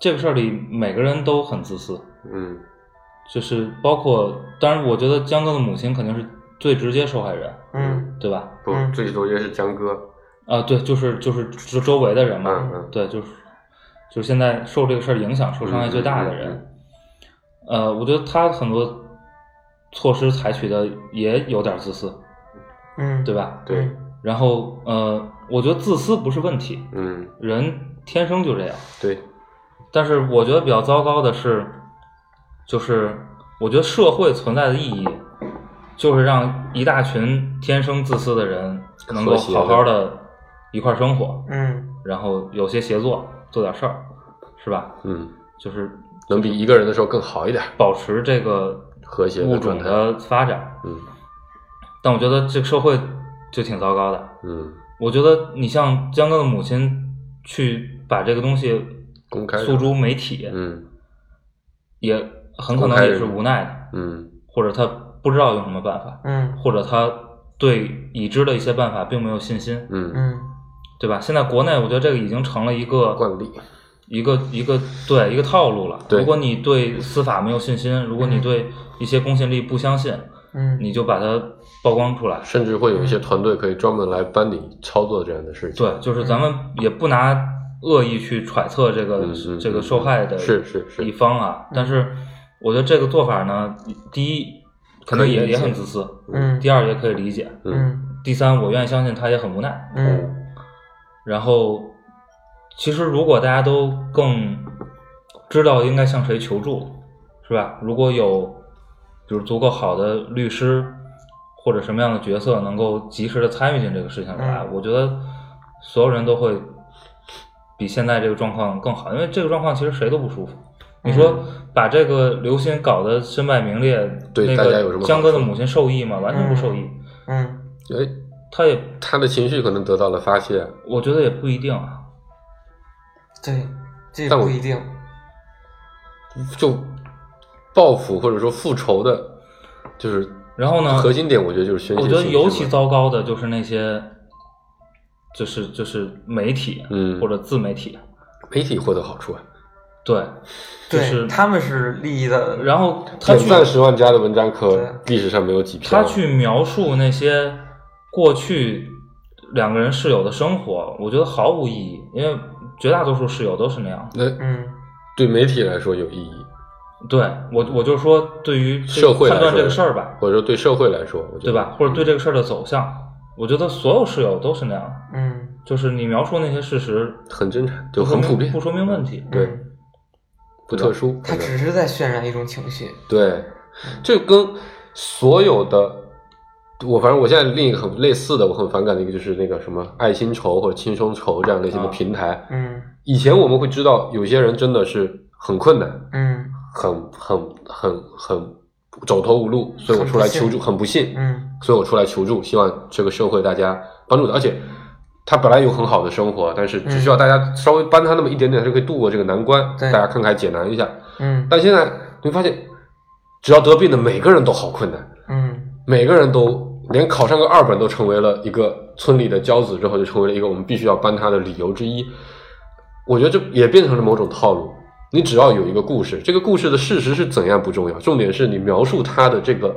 C: 这个事儿里每个人都很自私，
D: 嗯
C: 就是包括，当然我觉得江哥的母亲肯定是最直接受害人，
B: 嗯
C: 对吧？
D: 不
B: 嗯，
D: 最多也是江哥，
C: 啊，对，就是就是周周围的人嘛
D: 嗯，嗯
C: 对，就是就是现在受这个事儿影响、受伤害最大的
D: 嗯嗯嗯
C: 人，呃，我觉得他很多措施采取的也有点自私，
B: 嗯，
C: 对？吧？
D: 对，
C: 然后，呃，我觉得自私不是问题，
D: 嗯，
C: 人天生就这样。
D: 对，
C: 但是我觉得比较糟糕的是，就是我觉得社会存在的意义，就是让一大群天生自私的人能够
D: 和谐的
C: 好好的一块儿生活，
B: 嗯
C: 然后有些协作，做点事儿，是吧？
D: 嗯，
C: 就是
D: 能比一个人的时候更好一点，
C: 保持这个
D: 和谐
C: 物
D: 的
C: 种
D: 状态。
C: 的发展。
D: 嗯
C: 但我觉得这个社会就挺糟糕的。
D: 嗯，
C: 我觉得你像江哥的母亲去把这个东西
D: 公开的
C: 诉诸媒体，
D: 嗯
C: 也很可
D: 公
C: 能
D: 开
C: 也
D: 的
C: 是无奈的，
D: 嗯
C: 或者他不知道用什么办法，
B: 嗯
C: 或者他对已知的一些办法并没有信心，
D: 嗯，
B: 嗯
C: 对吧？现在国内我觉得这个已经成了一个
D: 惯例。
C: 一个一个对一个套路了。
D: 对嗯
C: 如果你对司法没有信心，如果你对一些公信力不相信，
B: 嗯，
C: 你就把它曝光出来。
D: 甚至会有一些
C: 嗯
D: 团队可以专门来帮你操作这样的事情。
C: 对，就是咱们也不拿恶意去揣测这个、
D: 嗯嗯
C: 这个受害的
D: 是是是
C: 一方啊，但是我觉得这个做法呢，第一可能
D: 可以
C: 也
D: 理解
C: 也很自私，
B: 嗯
C: 第二也可以理解，
B: 嗯
C: 第三我愿意相信他也很无奈。
B: 嗯
C: 然后，其实如果大家都更知道应该向谁求助，是吧？如果有比如足够好的律师或者什么样的角色能够及时的参与进这个事情来，
B: 嗯
C: 我觉得所有人都会比现在这个状况更好，因为这个状况其实谁都不舒服。你说把这个刘鑫搞得身败名裂，
D: 对
C: 那
D: 大家有什
C: 个
D: 么好
C: 江哥的
D: 处
C: 母亲受益吗？完全不受益，
B: 嗯
D: 哎，
C: 他也
D: 他的情绪可能得到了发泄，
C: 我觉得也不一定啊。
B: 对，这
D: 但我
B: 不一定。
D: 就报复或者说复仇的，就是
C: 然后呢，
D: 核心点，我觉得就是宣泄。
C: 我觉得尤其，糟糕的就是那些，就是就是媒体，
D: 嗯
C: 或者自媒体，
D: 媒体获得好处啊。
C: 对，就
B: 对，
C: 是
B: 他们是利益的，
C: 然后他
D: 点
C: 去
D: 赞十万加的文章可历史上没有几篇
C: 他
D: 啊。
C: 去描述那些过去两个人室友的生活，我觉得毫无意义，因为绝大多数室友都是那样的。
D: 那
B: 嗯
D: 对媒体来说有意义，
C: 对我，我就说对于这
D: 社
C: 个
D: 会来
C: 判
D: 说
C: 断这个事儿吧，
D: 或者说对社会来说，我觉得
C: 对吧？或者对这个事儿的走向，我觉得所有室友都是那样的，
B: 嗯
C: 就是你描述那些事实，
D: 很正常，
C: 不
D: 就
C: 说
D: 很
C: 明
D: 普遍，
C: 不说明问题。
D: 对
B: 嗯
D: 不特殊。
B: 他
D: 可能
B: 只是在渲染一种情绪。
D: 对，这跟所有的我反正我现在另一个很类似的，我很反感的一个就是那个什么爱心筹或者轻松筹这样类型的
C: 啊
D: 平台。
B: 嗯
D: 以前我们会知道，有些人真的是很困难，
B: 嗯
D: 很很很很走投无路，所以我出来求助，很不幸，
B: 嗯
D: 所以我出来求助，希望这个社会大家帮助他，而且。他本来有很好的生活，但是只需要大家稍微帮他那么一点点，就可以度过这个难关。
B: 对
D: 大家看看解难一下。
B: 嗯
D: 但现在你会发现，只要得病的每个人都好困难，
B: 嗯
D: 每个人都连考上个二本都成为了一个村里的骄子，之后就成为了一个我们必须要帮他的理由之一。我觉得这也变成了某种套路。你只要有一个故事，这个故事的事实是怎样不重要，重点是你描述它的这个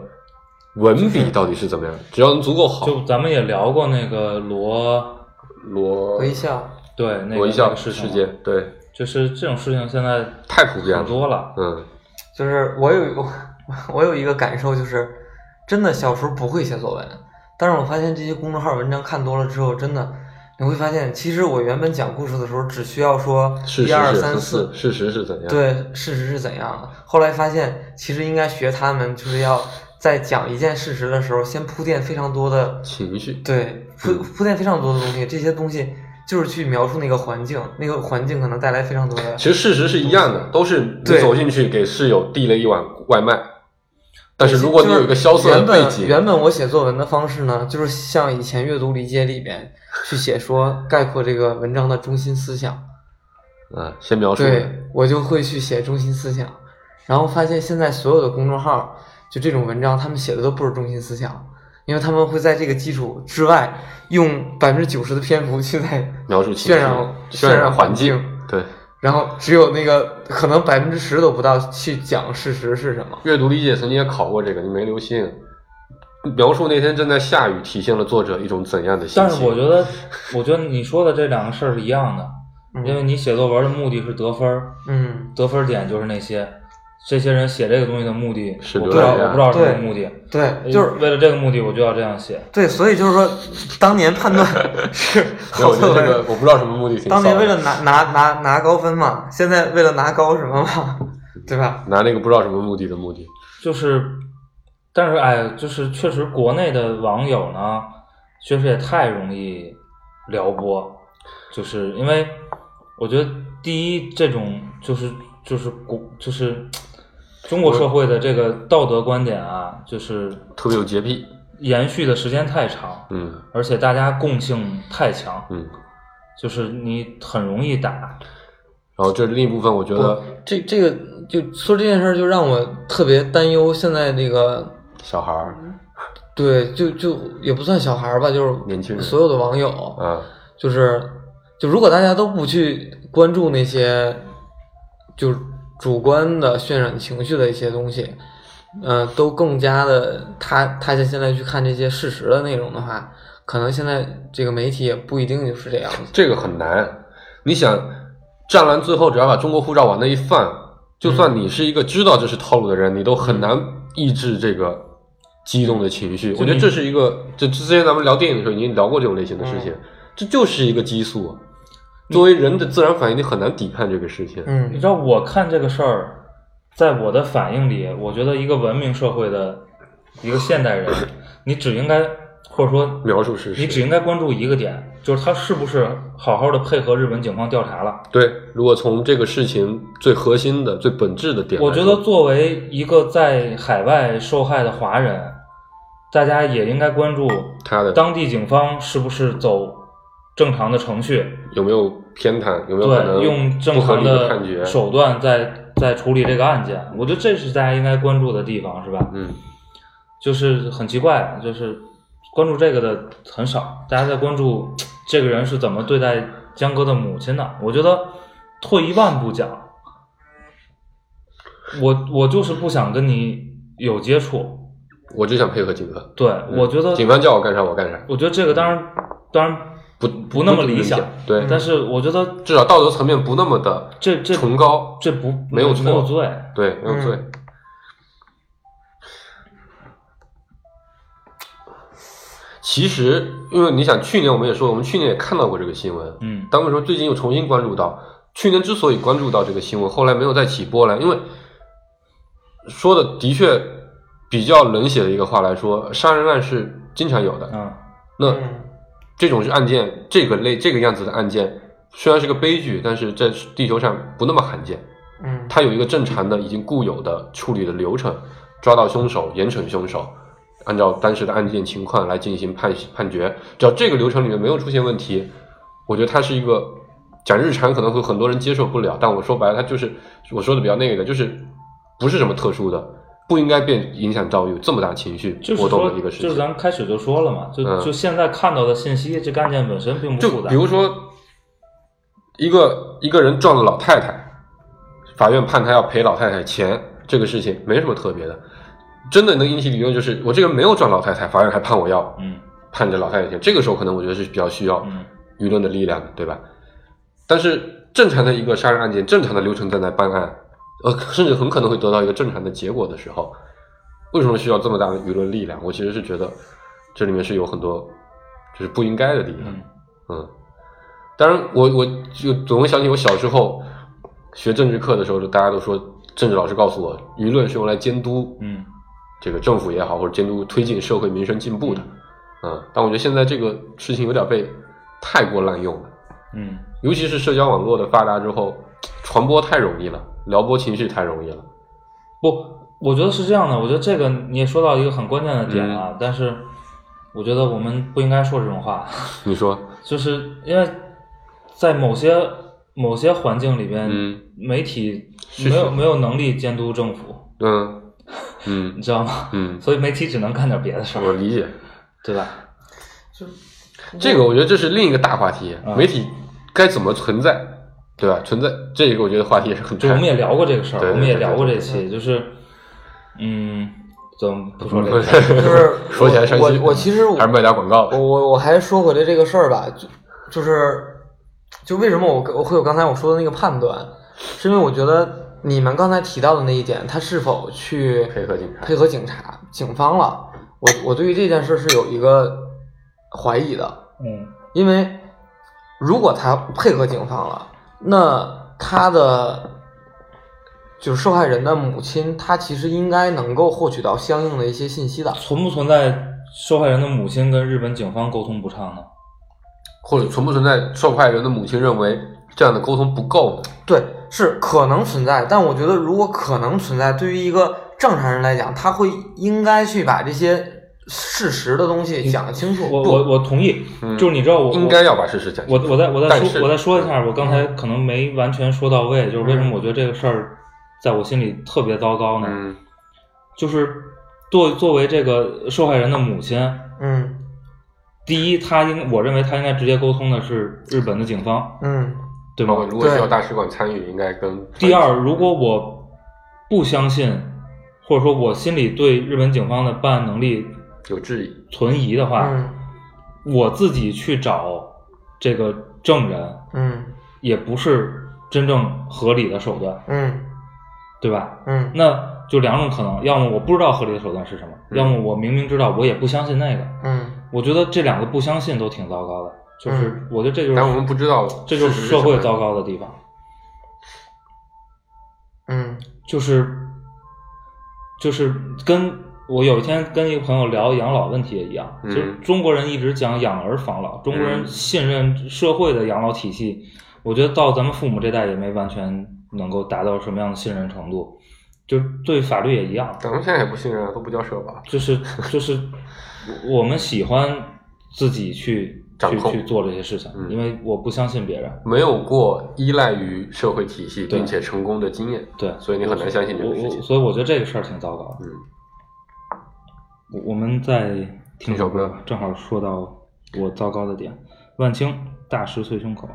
D: 文笔到底是怎么样。只要能足够好，
C: 就咱们也聊过那个罗，
D: 罗
B: 微笑。
C: 对那个
D: 罗一
C: 那
D: 笑
C: 个事情
D: 事
C: 嘛
D: 件，对，
C: 就是这种事情现在
D: 太普遍
C: 很
D: 了。
C: 多了。
D: 嗯，
B: 就是我有我 我有一个感受，就是真的小时候不会写作文，但是我发现这些公众号文章看多了之后，真的你会发现，其实我原本讲故事的时候只需要说
D: 事
B: 一
D: 实
B: 二
D: 是
B: 三
D: 很
B: 四
D: 四，，事实是怎样？，
B: 对，事实是怎样的。后来发现，其实应该学他们，就是要在讲一件事实的时候，先铺垫非常多的
D: 情绪，
B: 对，铺
D: 嗯
B: 铺垫非常多的东西，这些东西就是去描述那个环境，那个环境可能带来非常多的。
D: 其实事实是一样的，都是你
B: 对
D: 走进去给室友递了一碗外卖，但是如果你有一个萧瑟的
B: 原
D: 背
B: 本
D: 景，
B: 原本我写作文的方式呢，就是像以前阅读理解里边去写说概括这个文章的中心思想，
D: 啊，先描述
B: 对我就会去写中心思想，然后发现现在所有的公众号就这种文章，他们写的都不是中心思想，因为他们会在这个基础之外用百分之九十的篇幅去在
D: 描述情
B: 渲
D: 绪
B: 染
D: 渲
B: 染
D: 环
B: 境，
D: 对，
B: 然后只有那个可能百分之十都不到去讲事实是什么。
D: 阅读理解曾经也考过这个，你没留心。描述那天正在下雨，体现了作者一种怎样的心情？
C: 但是我觉 得，我觉得你说的这两个事儿是一样的，
D: 嗯
C: 因为你写作文的目的是得分儿，
B: 嗯
C: 得分儿点就是那些这些人写这个东西的目的，
D: 是
C: 我
D: 流
C: 不知道
D: 量呀
C: 我不知道是什么
B: 对
C: 目的，
B: 对，就是
C: 为了这个目的我就要这样写。
B: 对，所以就是说，当年判 断是
D: 没有，
B: 好
D: 我觉
B: 作
D: 得这个
B: 文，
D: 我不知道什么目的，挺
B: 当年
D: 骚
B: 为
D: 的
B: 了拿拿拿拿高分嘛，现在为了拿高什么嘛，对吧？
D: 拿那个不知道什么目的的目的，
C: 就是但是哎，就是确实国内的网友呢，确实也太容易撩拨，就是因为我觉得第一这种就是就是国就是中国社会的这个道德观点啊，就是
D: 特别有洁癖，
C: 延续的时间太长，
D: 嗯
C: 而且大家共性太强，
D: 嗯。
C: 就是你很容易打，
D: 然后这另一部分，我觉得
B: 这这个就说这件事儿，就让我特别担忧。现在这个
D: 小孩儿，
B: 对，就就也不算小孩儿吧，就是
D: 年轻人
B: 所有的网友，
D: 啊，
B: 就是就如果大家都不去关注那些就是主观的渲染情绪的一些东西，嗯、都更加的塌塌下心来去看这些事实的内容的话，可能现在这个媒体也不一定就是这样子。
D: 这个很难。你想，湛蓝最后只要把中国护照往那一放，就算你是一个知道这是套路的人，你都很难抑制这个激动的情绪。我觉得这是一个，这之前咱们聊电影的时候已经聊过这种类型的事
C: 嗯
D: 情，这就是一个激素。啊作为人的自然反应，你很难抵抗这个事情。
C: 你
B: 嗯
C: 知道我看这个事儿，在我的反应里，我觉得一个文明社会的一个现代人，你只应该或者说
D: 描述事实
C: 你只应该关注一个点，就是他是不是好好的配合日本警方调查了。
D: 对，如果从这个事情最核心的、最本质的点来
C: 我
D: 说，
C: 觉得作为一个在海外受害的华人，大家也应该关注
D: 他的
C: 当地警方是不是走正常的程序，
D: 有没有偏袒，有没有可能
C: 对，用正
D: 不合
C: 常
D: 理的判决
C: 的？手段在在处理这个案件。我觉得这是大家应该关注的地方，是吧？
D: 嗯，
C: 就是很奇怪，就是关注这个的很少，大家在关注这个人是怎么对待江哥的母亲的。我觉得退一万步讲，我我就是不想跟你有接触。
D: 我就想配合警方。
C: 对，
D: 嗯
C: 我觉得，
D: 警方叫我干啥我干啥，
C: 我觉得这个当然当然
D: 不
C: 不那么理想，
D: 对，
C: 但是我觉得
D: 至少道德层面不那么的
C: 这这
D: 崇高，
C: 这不
D: 没有错
C: 没有罪，
D: 对，
C: 嗯
D: 没有罪。其实，因为你想，去年我们也说，我们去年也看到过这个新闻，
C: 嗯
D: 但为什么最近又重新关注到？去年之所以关注到这个新闻，后来没有再起波澜，因为说的的确比较冷血的一个话来说，杀人案是经常有的，
C: 嗯
D: 那这种案件，这个类这个样子的案件，虽然是个悲剧，但是在地球上不那么罕见。
B: 嗯
D: 它有一个正常的、已经固有的处理的流程，抓到凶手，严惩凶手，按照当时的案件情况来进行判判决。只要这个流程里面没有出现问题，我觉得它是一个讲日常可能会很多人接受不了，但我说白了，它就是我说的比较那个的，就是不是什么特殊的，不应该变影响到有这么大情绪
C: 就是
D: 波动
C: 说
D: 的一个，事情。
C: 就是咱们开始就说了嘛，就、
D: 嗯
C: 就现在看到的信息，这个案件本身并不
D: 就
C: 复杂。
D: 比如说，一个一个人撞了老太太，法院判他要赔老太太钱，这个事情没什么特别的。真的能引起舆论就是，我这个人没有撞老太太，法院还判我要
C: 嗯
D: 判这老太太钱，这个时候可能我觉得是比较需要
C: 嗯
D: 舆论的力量的，对吧？但是正常的一个杀人案件，正常的流程在那办案，呃，甚至很可能会得到一个正常的结果的时候，为什么需要这么大的舆论力量？我其实是觉得这里面是有很多就是不应该的力量。
C: 嗯，
D: 嗯，当然我，我就总会想起我小时候学政治课的时候，就大家都说，政治老师告诉我，舆论是用来监督
C: 嗯，
D: 这个政府也好，或者监督推进社会民生进步的。嗯，但我觉得现在这个事情有点被太过滥用了，
C: 嗯，
D: 尤其是社交网络的发达之后，传播太容易了，撩拨情绪太容易了。
C: 不，我觉得是这样的。我觉得这个你也说到一个很关键的点
D: 嗯
C: 啊，但是我觉得我们不应该说这种话，
D: 你说，
C: 就是因为在某些某些环境里边，
D: 嗯
C: 媒体
D: 是
C: 没有
D: 是
C: 没有能力监督政府，
D: 嗯嗯
C: 你知道吗？
D: 嗯，
C: 所以媒体只能干点别的事
D: 我
C: 儿，
D: 理解。
C: 对吧？
D: 这个我觉得这是另一个大话题，
C: 嗯
D: 媒体该怎么存在，对吧？存在这个我觉得话题也是很
C: 就
D: 大。
C: 我们也聊过这个事儿，
D: 对
C: 我们也
D: 对
C: 聊
D: 对
C: 过
D: 对
C: 这期，就是嗯，怎么不说这 个事儿？
B: 就是
D: 说起来伤
B: 我
D: 心，
B: 我我其实我
D: 还是卖点广告吧
B: 我。我我还说回来这个事儿吧，就就是就为什么我跟我会有刚才我说的那个判断，是因为我觉得你们刚才提到的那一点，他是否去
D: 配合警察
B: 配合警察警方了，我我对于这件事是有一个怀疑的，
C: 嗯
B: 因为如果他配合警方了，那他的就是受害人的母亲，她其实应该能够获取到相应的一些信息的，
C: 存不存在受害人的母亲跟日本警方沟通不畅呢？
D: 或者存不存在受害人的母亲认为这样的沟通不够呢？
B: 对，是可能存在，但我觉得如果可能存在，对于一个正常人来讲，他会应该去把这些事实的东西讲清楚。
C: 我
B: 不
C: 我我同意，
D: 嗯
C: 就是你知道我
D: 应该要把事实讲清
C: 我
D: 楚。
C: 我再我再
D: 但
C: 说
D: 是嗯
C: 我再说一下，我刚才可能没完全说到位，就是为什么我觉得这个事儿在我心里特别糟糕呢？
D: 嗯
C: 就是作作为这个受害人的母亲，
B: 嗯
C: 第一，她应我认为她应该直接沟通的是日本的警方，
B: 嗯
C: 对吗
D: 哦，？如果需要
B: 对
D: 大使馆参与，应该跟
C: 第二，如果我不相信，或者说我心里对日本警方的办案能力
D: 有质疑，
C: 存疑的话，
B: 嗯
C: 我自己去找这个证人，
B: 嗯
C: 也不是真正合理的手段，
B: 嗯
C: 对吧？
B: 嗯
C: 那就两种可能，要么我不知道合理的手段是什么，
D: 嗯
C: 要么我明明知道我也不相信那个。
B: 嗯，
C: 我觉得这两个不相信都挺糟糕的，就是
B: 嗯
C: 我觉得这就是
D: 但我们不知道
C: 这就是
D: 事实是
C: 社
D: 什
C: 会
D: 么
C: 糟糕的地方。
B: 嗯
C: 就是就是跟我有一天跟一个朋友聊养老问题也一样，
D: 嗯
C: 就是中国人一直讲养儿防老，中国人
D: 嗯
C: 信任社会的养老体系，我觉得到咱们父母这代也没完全能够达到什么样的信任程度，就对法律也一样，
D: 咱们现在也不信任啊，都不叫社保。
C: 就是就是我我们喜欢自己去
D: 掌
C: 去
D: 控
C: 去做这些事情，
D: 嗯
C: 因为我不相信别人。
D: 没有过依赖于社会体系
C: 对
D: 并且成功的经验，
C: 对，
D: 所以你很难相信这
C: 我
D: 种事
C: 我，
D: 情。
C: 所以我觉得这个事儿挺糟糕的。
D: 嗯，
C: 我我们再听
D: 首歌
C: 吧，正好说到我糟糕的点。万青，大石碎胸口。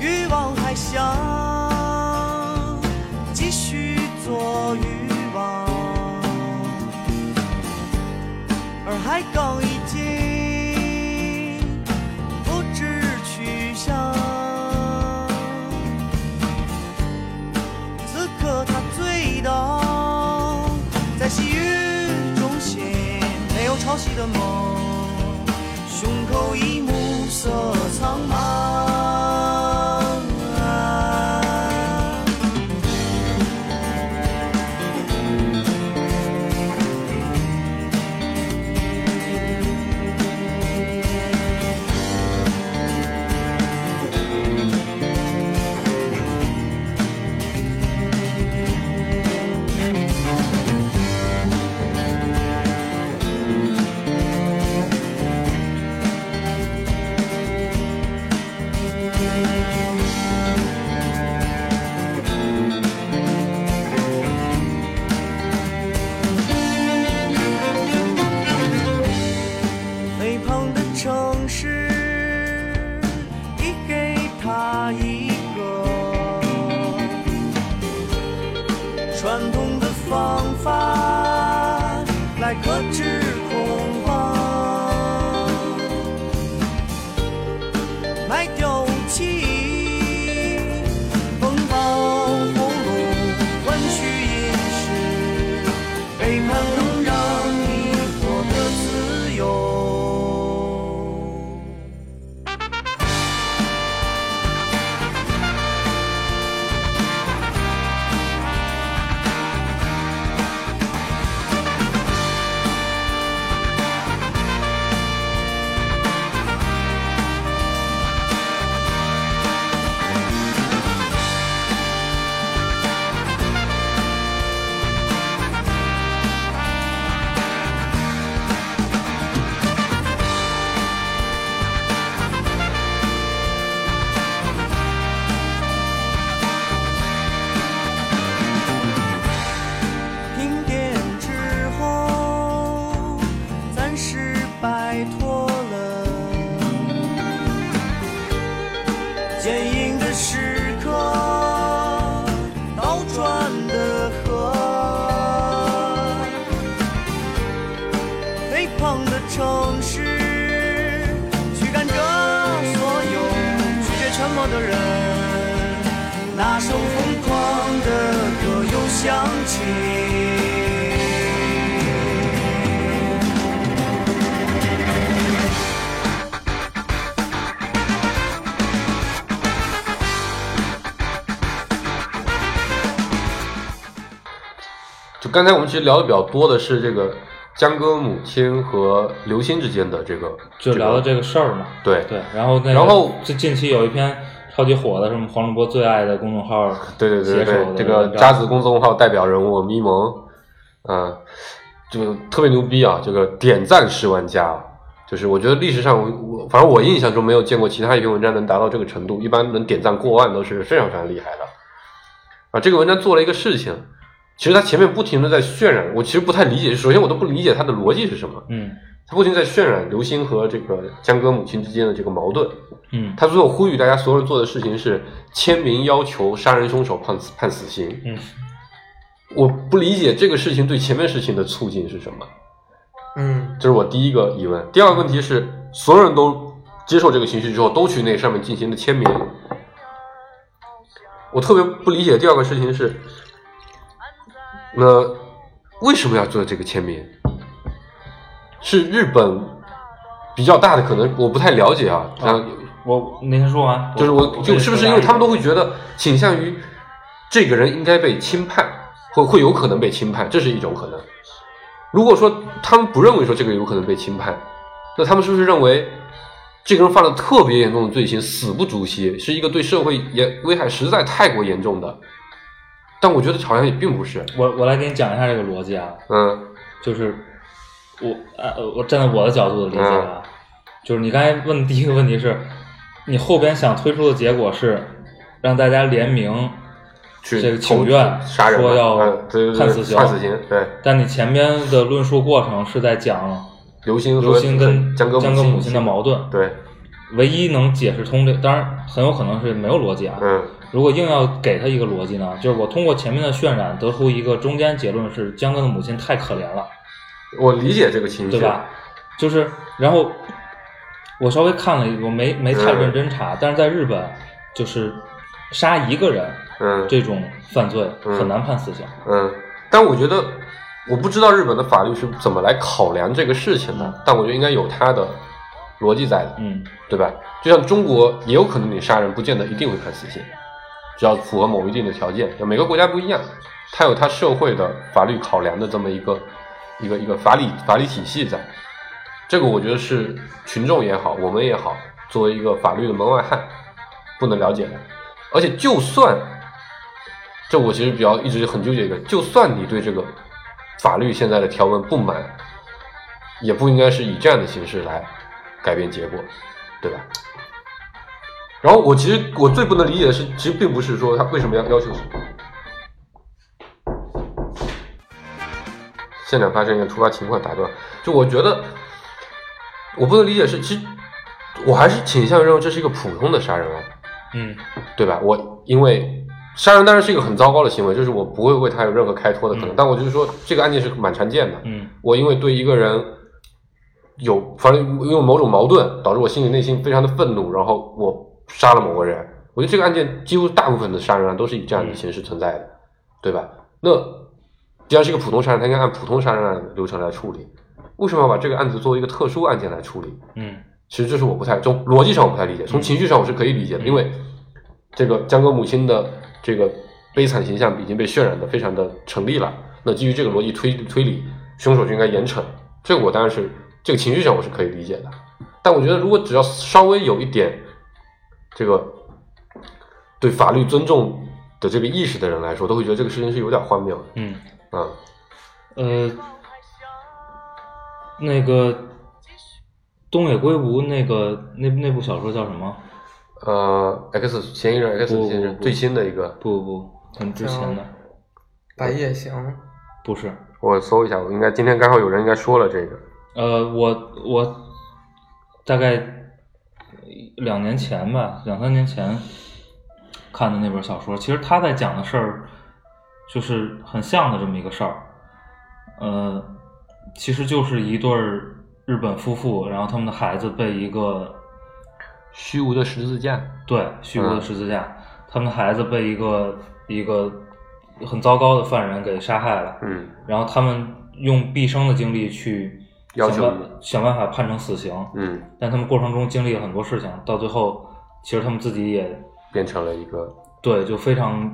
E: 欲望还想继续做欲望，而海港已经不知去向。此刻他醉倒在细雨中心，没有潮汐的梦，胸口已暮色苍茫。肥胖的城市已给他一个传统的方法来克制恐慌，卖掉武器，奔跑红路，换取饮食，背叛能让你获得自由。
D: 就刚才我们其实聊的比较多的是这个江歌母亲和刘星之间的这个，
C: 就聊到这个事儿嘛。
D: 对
C: 对，然后那个、
D: 然后
C: 这近期有一篇超级火的，什么黄主播最爱的公众号，
D: 对对
C: 写
D: 对
C: 手
D: 对
C: 的，
D: 这个
C: 文章
D: 渣子公众号代表人物咪蒙，嗯，就特别牛逼啊！这个点赞十万加啊，就是我觉得历史上我我反正我印象中没有见过其他一篇文章能达到这个程度，一般能点赞过万都是非常非常厉害的。啊，这个文章做了一个事情，其实他前面不停的在渲染，我其实不太理解，首先我都不理解他的逻辑是什么。
C: 嗯
D: 他不停在渲染刘星和这个江歌母亲之间的这个矛盾，
C: 嗯
D: 他最后呼吁大家所有人做的事情是签名要求杀人凶手判死判死刑。
C: 嗯，
D: 我不理解这个事情对前面事情的促进是什么，
B: 嗯
D: 这是我第一个疑问。第二个问题是，所有人都接受这个情绪之后，都去那上面进行了签名。我特别不理解第二个事情是，那为什么要做这个签名？是日本比较大的可能，我不太了解啊。然后
C: 我那天说完，
D: 就是我就是不是因为他们都会
C: 得
D: 觉得倾向于这个人应该被轻判，会会有可能被轻判，这是一种可能。如果说他们不认为说这个有可能被轻判，那他们是不是认为这个人犯了特别严重的罪行，死不足惜，是一个对社会严危害实在太过严重的？但我觉得好像也并不是，
C: 我我来给你讲一下这个逻辑啊，
D: 嗯
C: 就是我呃我站在我的角度的理解
D: 嗯
C: 啊，就是你刚才问的第一个问题是，你后边想推出的结果是让大家联名
D: 去
C: 这个
D: 投
C: 请愿
D: 杀人嘛
C: 说要
D: 嗯对对对
C: 判死刑
D: 判死刑，对，
C: 但你前边的论述过程是在讲
D: 刘星和
C: 刘星跟
D: 江歌
C: 江歌母亲的
D: 矛
C: 矛盾，
D: 对，
C: 唯一能解释通这，当然很有可能是没有逻辑啊。
D: 嗯
C: 如果硬要给他一个逻辑呢，就是我通过前面的渲染得出一个中间结论是江歌的母亲太可怜了，
D: 我理解这个情绪，
C: 对吧？就是然后我稍微看了一，我没没太认真查，但是在日本就是杀一个人
D: 嗯，
C: 这种犯罪
D: 嗯
C: 很难判死刑，
D: 嗯，但我觉得我不知道日本的法律是怎么来考量这个事情的
C: 嗯，
D: 但我觉得应该有它的逻辑在的，
C: 嗯
D: 对吧？就像中国也有可能你杀人不见得一定会判死刑，只要符合某一定的条件，每个国家不一样，它有它社会的法律考量的这么一个一个一个法理法理体系在。这个我觉得是群众也好，我们也好，作为一个法律的门外汉，不能了解的。而且就算，这我其实比较一直很纠结一个，就算你对这个法律现在的条文不满，也不应该是以这样的形式来改变结果，对吧？然后我其实我最不能理解的是，其实并不是说他为什么要要求现场发生一个突发情况打断，就我觉得我不能理解是，其实我还是倾向于认为这是一个普通的杀人案，
C: 嗯
D: 对吧？我因为杀人当然是一个很糟糕的行为，就是我不会为他有任何开脱的可能，
C: 嗯
D: 但我就是说这个案件是蛮常见的，
C: 嗯
D: 我因为对一个人有，反正因为某种矛盾，导致我心里内心非常的愤怒，然后我杀了某个人。我觉得这个案件几乎大部分的杀人案都是以这样的形式存在的，对吧？那既然是一个普通杀人，他应该按普通杀人案的流程来处理，为什么要把这个案子作为一个特殊案件来处理？
C: 嗯
D: 其实这是我不太从逻辑上我不太理解，从情绪上我是可以理解的，因为这个江歌母亲的这个悲惨形象已经被渲染的非常的成立了。那基于这个逻辑推推理，凶手就应该严惩。这个我当然是这个情绪上我是可以理解的，但我觉得如果只要稍微有一点这个对法律尊重的这个意识的人来说，都会觉得这个事情是有点荒谬的。
C: 嗯，
D: 嗯
C: 呃，那个东野圭吾那个那那部小说叫什么？
D: 呃，X 嫌疑人 X
C: 不
D: 嫌疑人
C: 不
D: 最新的一个，
C: 不不，很之前的，
B: 白夜行，
C: 不是。
D: 我搜一下，我应该今天刚好有人应该说了这个。
C: 呃，我我大概两年前吧，两三年前看的那本小说，其实他在讲的事儿就是很像的这么一个事儿。呃，其实就是一对儿日本夫妇，然后他们的孩子被一个
D: 虚无的十字架。
C: 对，虚无
D: 嗯
C: 的十字架，他们的孩子被一个一个很糟糕的犯人给杀害了，
D: 嗯
C: 然后他们用毕生的精力去
D: 要
C: 想
D: 求
C: 办想办法判成死刑，
D: 嗯，
C: 但他们过程中经历了很多事情，到最后其实他们自己也
D: 变成了一个
C: 对就非常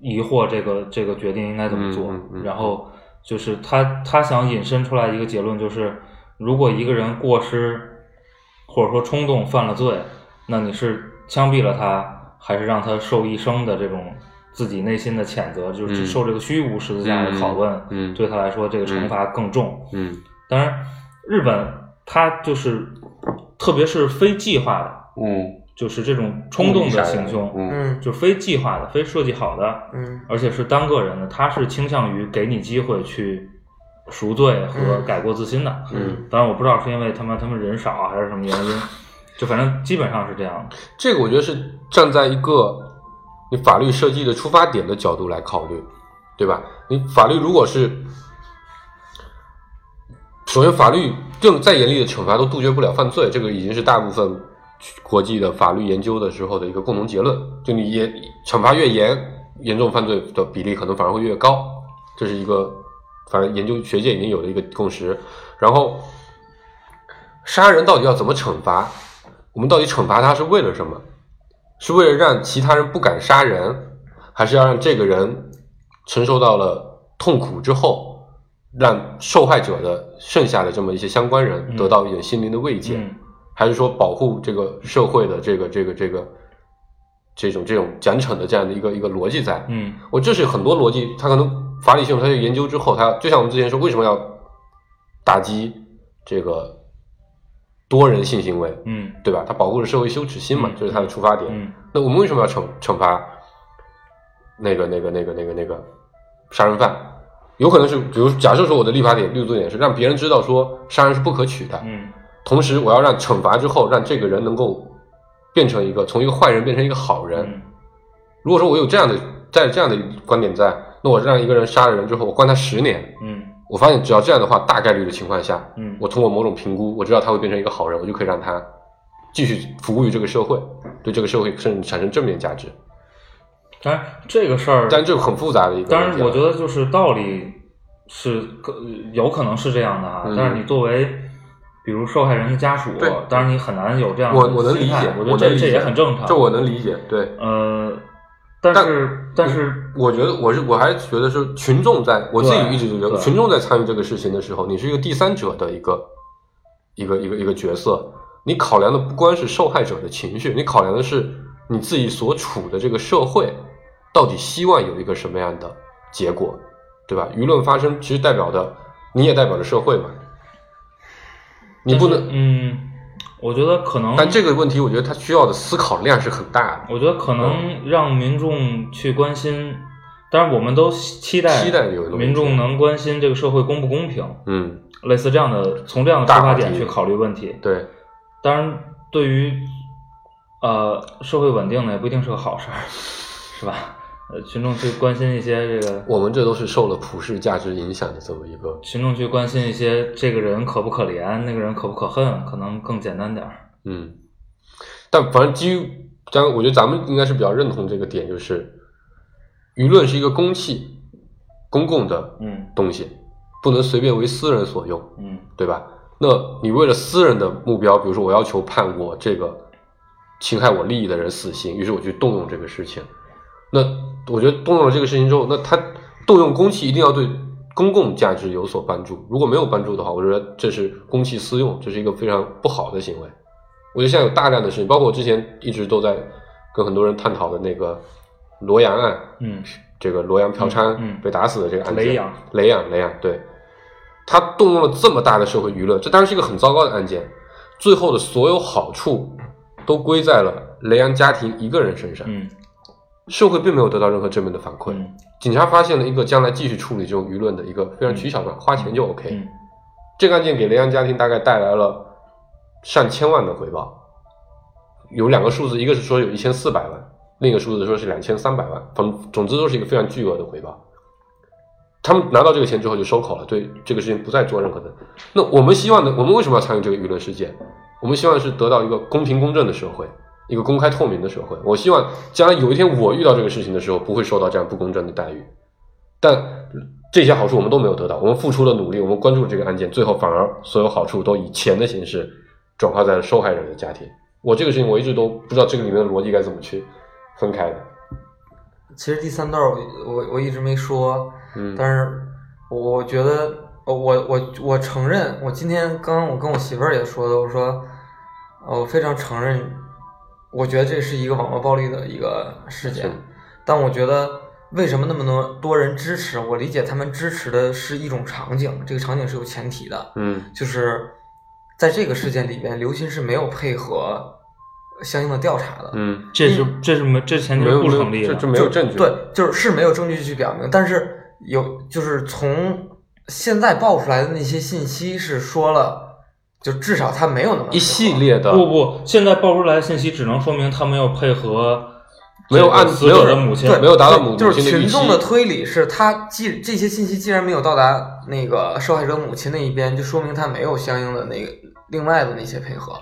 C: 疑惑这个这个决定应该怎么做。
D: 嗯嗯嗯
C: 然后就是他他想引申出来一个结论，就是如果一个人过失或者说冲动犯了罪，那你是枪毙了他，还是让他受一生的这种自己内心的谴责，就是
D: 嗯
C: 受这个虚无十字架的拷问？
D: 嗯嗯
C: 对他来说，这个惩罚更重。
D: 嗯
C: 当然，日本它就是特别是非计划的。
D: 嗯，
C: 就是这种冲动的行凶，
D: 嗯
B: 嗯
C: 就是非计划的、非设计好的，
B: 嗯
C: 而且是单个人的，他是倾向于给你机会去赎罪和
B: 嗯
C: 改过自新的。
B: 嗯，
C: 当然我不知道是因为他们他们人少啊还是什么原因，就反正基本上是这样的。
D: 这个我觉得是站在一个你法律设计的出发点的角度来考虑，对吧？你法律如果是，首先法律更再严厉的惩罚都杜绝不了犯罪，这个已经是大部分国际的法律研究的时候的一个共同结论。就你严惩罚越严，严重犯罪的比例可能反而会越高，这是一个反正研究学界已经有的一个共识。然后，杀人到底要怎么惩罚？我们到底惩罚他是为了什么？是为了让其他人不敢杀人，还是要让这个人承受到了痛苦之后，让受害者的剩下的这么一些相关人
C: 嗯
D: 得到一点心灵的慰藉？
C: 嗯
D: 还是说保护这个社会的这个这个这个这种这种奖惩的这样的一个一个逻辑在？
C: 嗯
D: 我这是很多逻辑，它可能法理系统，它就研究之后，它就像我们之前说，为什么要打击这个多人性行为，
C: 嗯
D: 对吧？它保护了社会羞耻心嘛，
C: 嗯
D: 这是它的出发点。
C: 嗯
D: 那我们为什么要惩惩罚那个那个那个那个那个杀人犯？有可能是，比如假设说我的立法点、立足点是让别人知道说杀人是不可取的，
C: 嗯
D: 同时我要让惩罚之后，让这个人能够变成一个从一个坏人变成一个好人。
C: 嗯
D: 如果说我有这样的在这样的观点在，那我让一个人杀了人之后，我关他十年，
C: 嗯
D: 我发现只要这样的话，大概率的情况下，
C: 嗯
D: 我通过某种评估，我知道他会变成一个好人，我就可以让他继续服务于这个社会，对这个社会甚至产生正面价值。
C: 当然这个事儿，
D: 但这个很复杂的一个
C: 当
D: 问
C: 然
D: 题啊，
C: 我觉得就是道理是可有可能是这样的啊，
D: 嗯
C: 但是你作为。比如受害人的家属
D: 对，
C: 当然你很难有这样的
D: 我我能理
C: 啊心态
D: 解，
C: 我觉得
D: 我能
C: 这
D: 理
C: 这
D: 解，
C: 也很正常。
D: 这我能理解。嗯对，
C: 呃，但是但是
D: 我觉得我是我还是觉得是群众在，我自己
C: 对
D: 一直就觉得
C: 对
D: 群众在参与这个事情的时候，你是一个第三者的一个一个一个一个角色，你考量的不光是受害者的情绪，你考量的是你自己所处的这个社会到底希望有一个什么样的结果，对吧？舆论发声其实代表的你也代表着社会嘛，你不能。
C: 嗯，我觉得可能，
D: 但这个问题，我觉得它需要的思考量是很大的，
C: 我觉得可能让民众去关心，当然我们都期待
D: 期待有一个
C: 民众能关心这个社会公不公平，
D: 嗯，
C: 类似这样的，从这样的
D: 大
C: 出发
D: 话
C: 点
D: 题
C: 去考虑问题。
D: 对，
C: 当然，对于呃社会稳定呢，也不一定是个好事儿， 是吧？呃，群众去关心一些这个，
D: 我们这都是受了普世价值影响的这么一个
C: 群众去关心一些这个人可不可怜，那个人可不可恨，可能更简单点儿。
D: 嗯，但反正基于咱，我觉得咱们应该是比较认同这个点，就是舆论是一个公器，公共的
C: 嗯
D: 东西，不能随便为私人所用，
C: 嗯
D: 对吧？那你为了私人的目标，比如说我要求判我这个侵害我利益的人死刑，于是我去动用这个事情，那我觉得动用了这个事情之后，那他动用公器一定要对公共价值有所帮助。如果没有帮助的话，我觉得这是公器私用，这是一个非常不好的行为。我觉得现在有大量的事情，包括我之前一直都在跟很多人探讨的那个罗阳案，
C: 嗯
D: 这个罗阳嫖娼
C: 嗯嗯
D: 被打死的这个案件，
C: 雷洋
D: 雷洋，雷洋，对，他动用了这么大的社会舆论，这当然是一个很糟糕的案件，最后的所有好处都归在了雷洋家庭一个人身上，
C: 嗯
D: 社会并没有得到任何正面的反馈。
C: 嗯
D: 警察发现了一个将来继续处理这种舆论的一个非常取巧的，花钱就 OK。
C: 嗯
D: 这个案件给雷洋家庭大概带来了上千万的回报，有两个数字，一个是说有一千四百万，另一个数字说是两千三百万，总总之都是一个非常巨额的回报。他们拿到这个钱之后就收口了，对这个事情不再做任何的。那我们希望的，我们为什么要参与这个舆论事件？我们希望是得到一个公平公正的社会，一个公开透明的社会。我希望将来有一天我遇到这个事情的时候，不会受到这样不公正的待遇。但这些好处我们都没有得到，我们付出了努力，我们关注这个案件，最后反而所有好处都以钱的形式转化在了受害人的家庭。我这个事情我一直都不知道这个里面的逻辑该怎么去分开的。
B: 其实第三段我我我一直没说，
D: 嗯
B: 但是我觉得呃我我我承认，我今天刚刚我跟我媳妇儿也说的，我说呃我非常承认，我觉得这是一个网络暴力的一个事件
D: 是，
B: 但我觉得。为什么那么多多人支持？我理解他们支持的是一种场景，这个场景是有前提的，
D: 嗯
B: 就是在这个事件里面，刘鑫是没有配合相应的调查的。
D: 嗯，
C: 这是这是没这前提
D: 没
C: 是
D: 有
C: 不成立
D: 这这
C: 的。
D: 没有证据，
B: 对，就是是没有证据去表明，但是有就是从现在爆出来的那些信息是说了，就至少他没有那么
D: 一系列的
C: 不不，现在爆出来的信息只能说明他没有配合
D: 没有按
C: 这个
D: 没
C: 死
D: 有
C: 者的母亲
B: 对，
D: 没有达到母
B: 就
D: 母
B: 是
D: 亲的预
B: 群
D: 期
B: 众的推理是他既这些信息既然没有到达那个受害者母亲那一边，就说明他没有相应的那个另外的那些配合。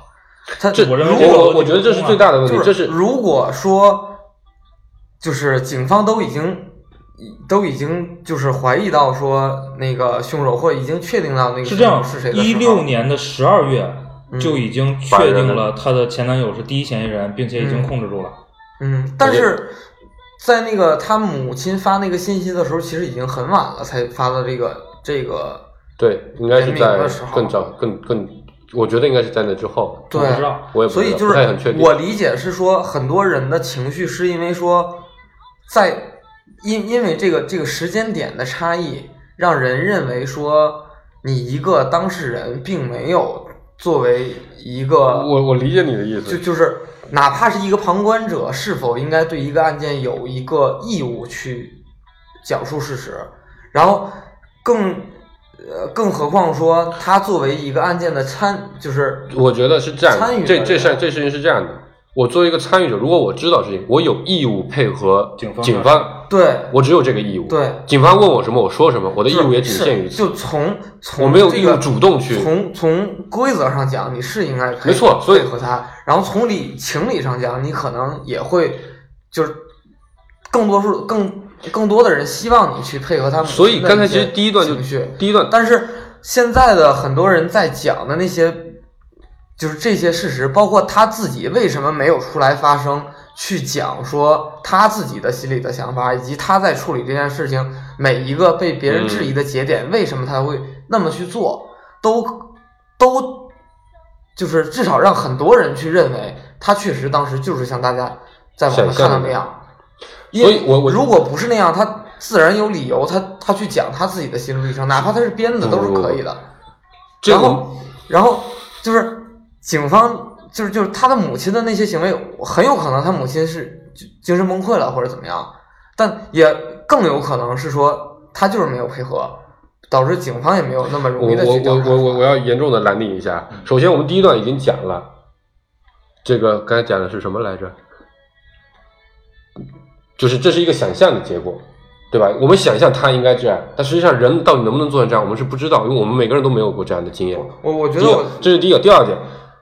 B: 他
D: 这
C: 我认为
D: 我
C: 这个
D: 我我觉得这是最大的问题，
B: 就
D: 这
B: 是
D: 是
B: 如果说，就是警方都已经都已经就是怀疑到说那个凶手，或者已经确定到那个
C: 是这
B: 凶
C: 样
B: 手是谁。的时
C: 一
B: 候
C: 六，年的十二月
B: 嗯
C: 就已经确定了她的前男友是第一嫌疑人，并且已经控制住了。
B: 嗯，但是在那个他母亲发那个信息的时候，其实已经很晚了，才发的这个这个。
D: 对，应该是
B: 人民
D: 在
B: 的时候
D: 更早更更，我觉得应该是在那之后，
B: 对
C: 我不知道，
D: 我也不
B: 所
D: 知
B: 以
D: 道
B: 就
D: 不太很确
B: 是
D: 定，
B: 我理解是说，很多人的情绪是因为说，在因因为这个这个时间点的差异，让人认为说你一个当事人并没有作为一个
D: 我我理解你的意
B: 就
D: 思，
B: 就是哪怕是一个旁观者，是否应该对一个案件有一个义务去讲述事实，然后更呃更何况说他作为一个案件的参就是
D: 我觉得是这样
B: 参与的
D: 的，这
B: 人
D: 这事这事情是这样的，我作为一个参与者，如果我知道事情，我有义务配合
C: 警方
D: 警方，
B: 对
D: 我只有这个义务，
B: 对
D: 警方问我什么我说什么，我的义务也仅
B: 是
D: 限于此，
B: 就从从
D: 我没有
B: 这
D: 义
B: 个
D: 务主动去，
B: 从从规则上讲，你是应该配
D: 没错所以
B: 配合他。然后从理情理上讲，你可能也会就是更多数更更多的人希望你去配合他们。
D: 所以刚才其实第一段就
B: 情绪，
D: 第一段
B: 但是现在的很多人在讲的那些，就是这些事实，包括他自己为什么没有出来发声，去讲说他自己的心里的想法，以及他在处理这件事情每一个被别人质疑的节
D: 嗯
B: 点，为什么他会那么去做，都都就是至少让很多人去认为他确实当时就是像大家在网上
D: 想象
B: 看到
D: 的
B: 那样。因
D: 所
B: 为
D: 以我我
B: 如果不是那样，他自然有理由，他他去讲他自己的心路历程，哪怕他是编的
D: 不
B: 都是
D: 不不
B: 可以的。
D: 这
B: 然
D: 个
B: 后然后就是警方就是就是他的母亲的那些行为，很有可能他母亲是就精神崩溃了或者怎么样，但也更有可能是说他就是没有配合，导致警方也没有那么容
D: 我
B: 易的
D: 我
B: 去嗯调
D: 我
B: 查。
D: 我我我要严重的拦你一下。首先，我们第一段已经讲了，这个刚才讲的是什么来着？就是这是一个想象的结果，对吧？我们想象他应该这样，但实际上人到底能不能做成这样，我们是不知道，因为我们每个人都没有过这样的经验。
B: 我我觉
D: 第一
B: 得我
D: 个，这是第一个。第二点，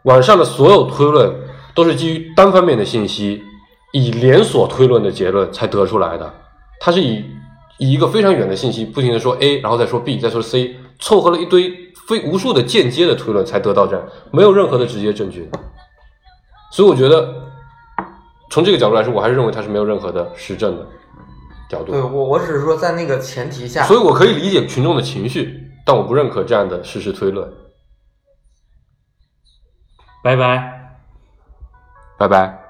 D: 网上的所有推论都是基于单方面的信息，以连锁推论的结论才得出来的。它是以以一个非常远的信息，不停的说 A，然后再说 B，再说 C，凑合了一堆非无数的间接的推论才得到这样，没有任何的直接证据。所以我觉得，从这个角度来说，我还是认为它是没有任何的实证的角度。
B: 对我我只是说在那个前提下，
D: 所以我可以理解群众的情绪，但我不认可这样的事实推论。
C: 拜拜。
D: 拜拜。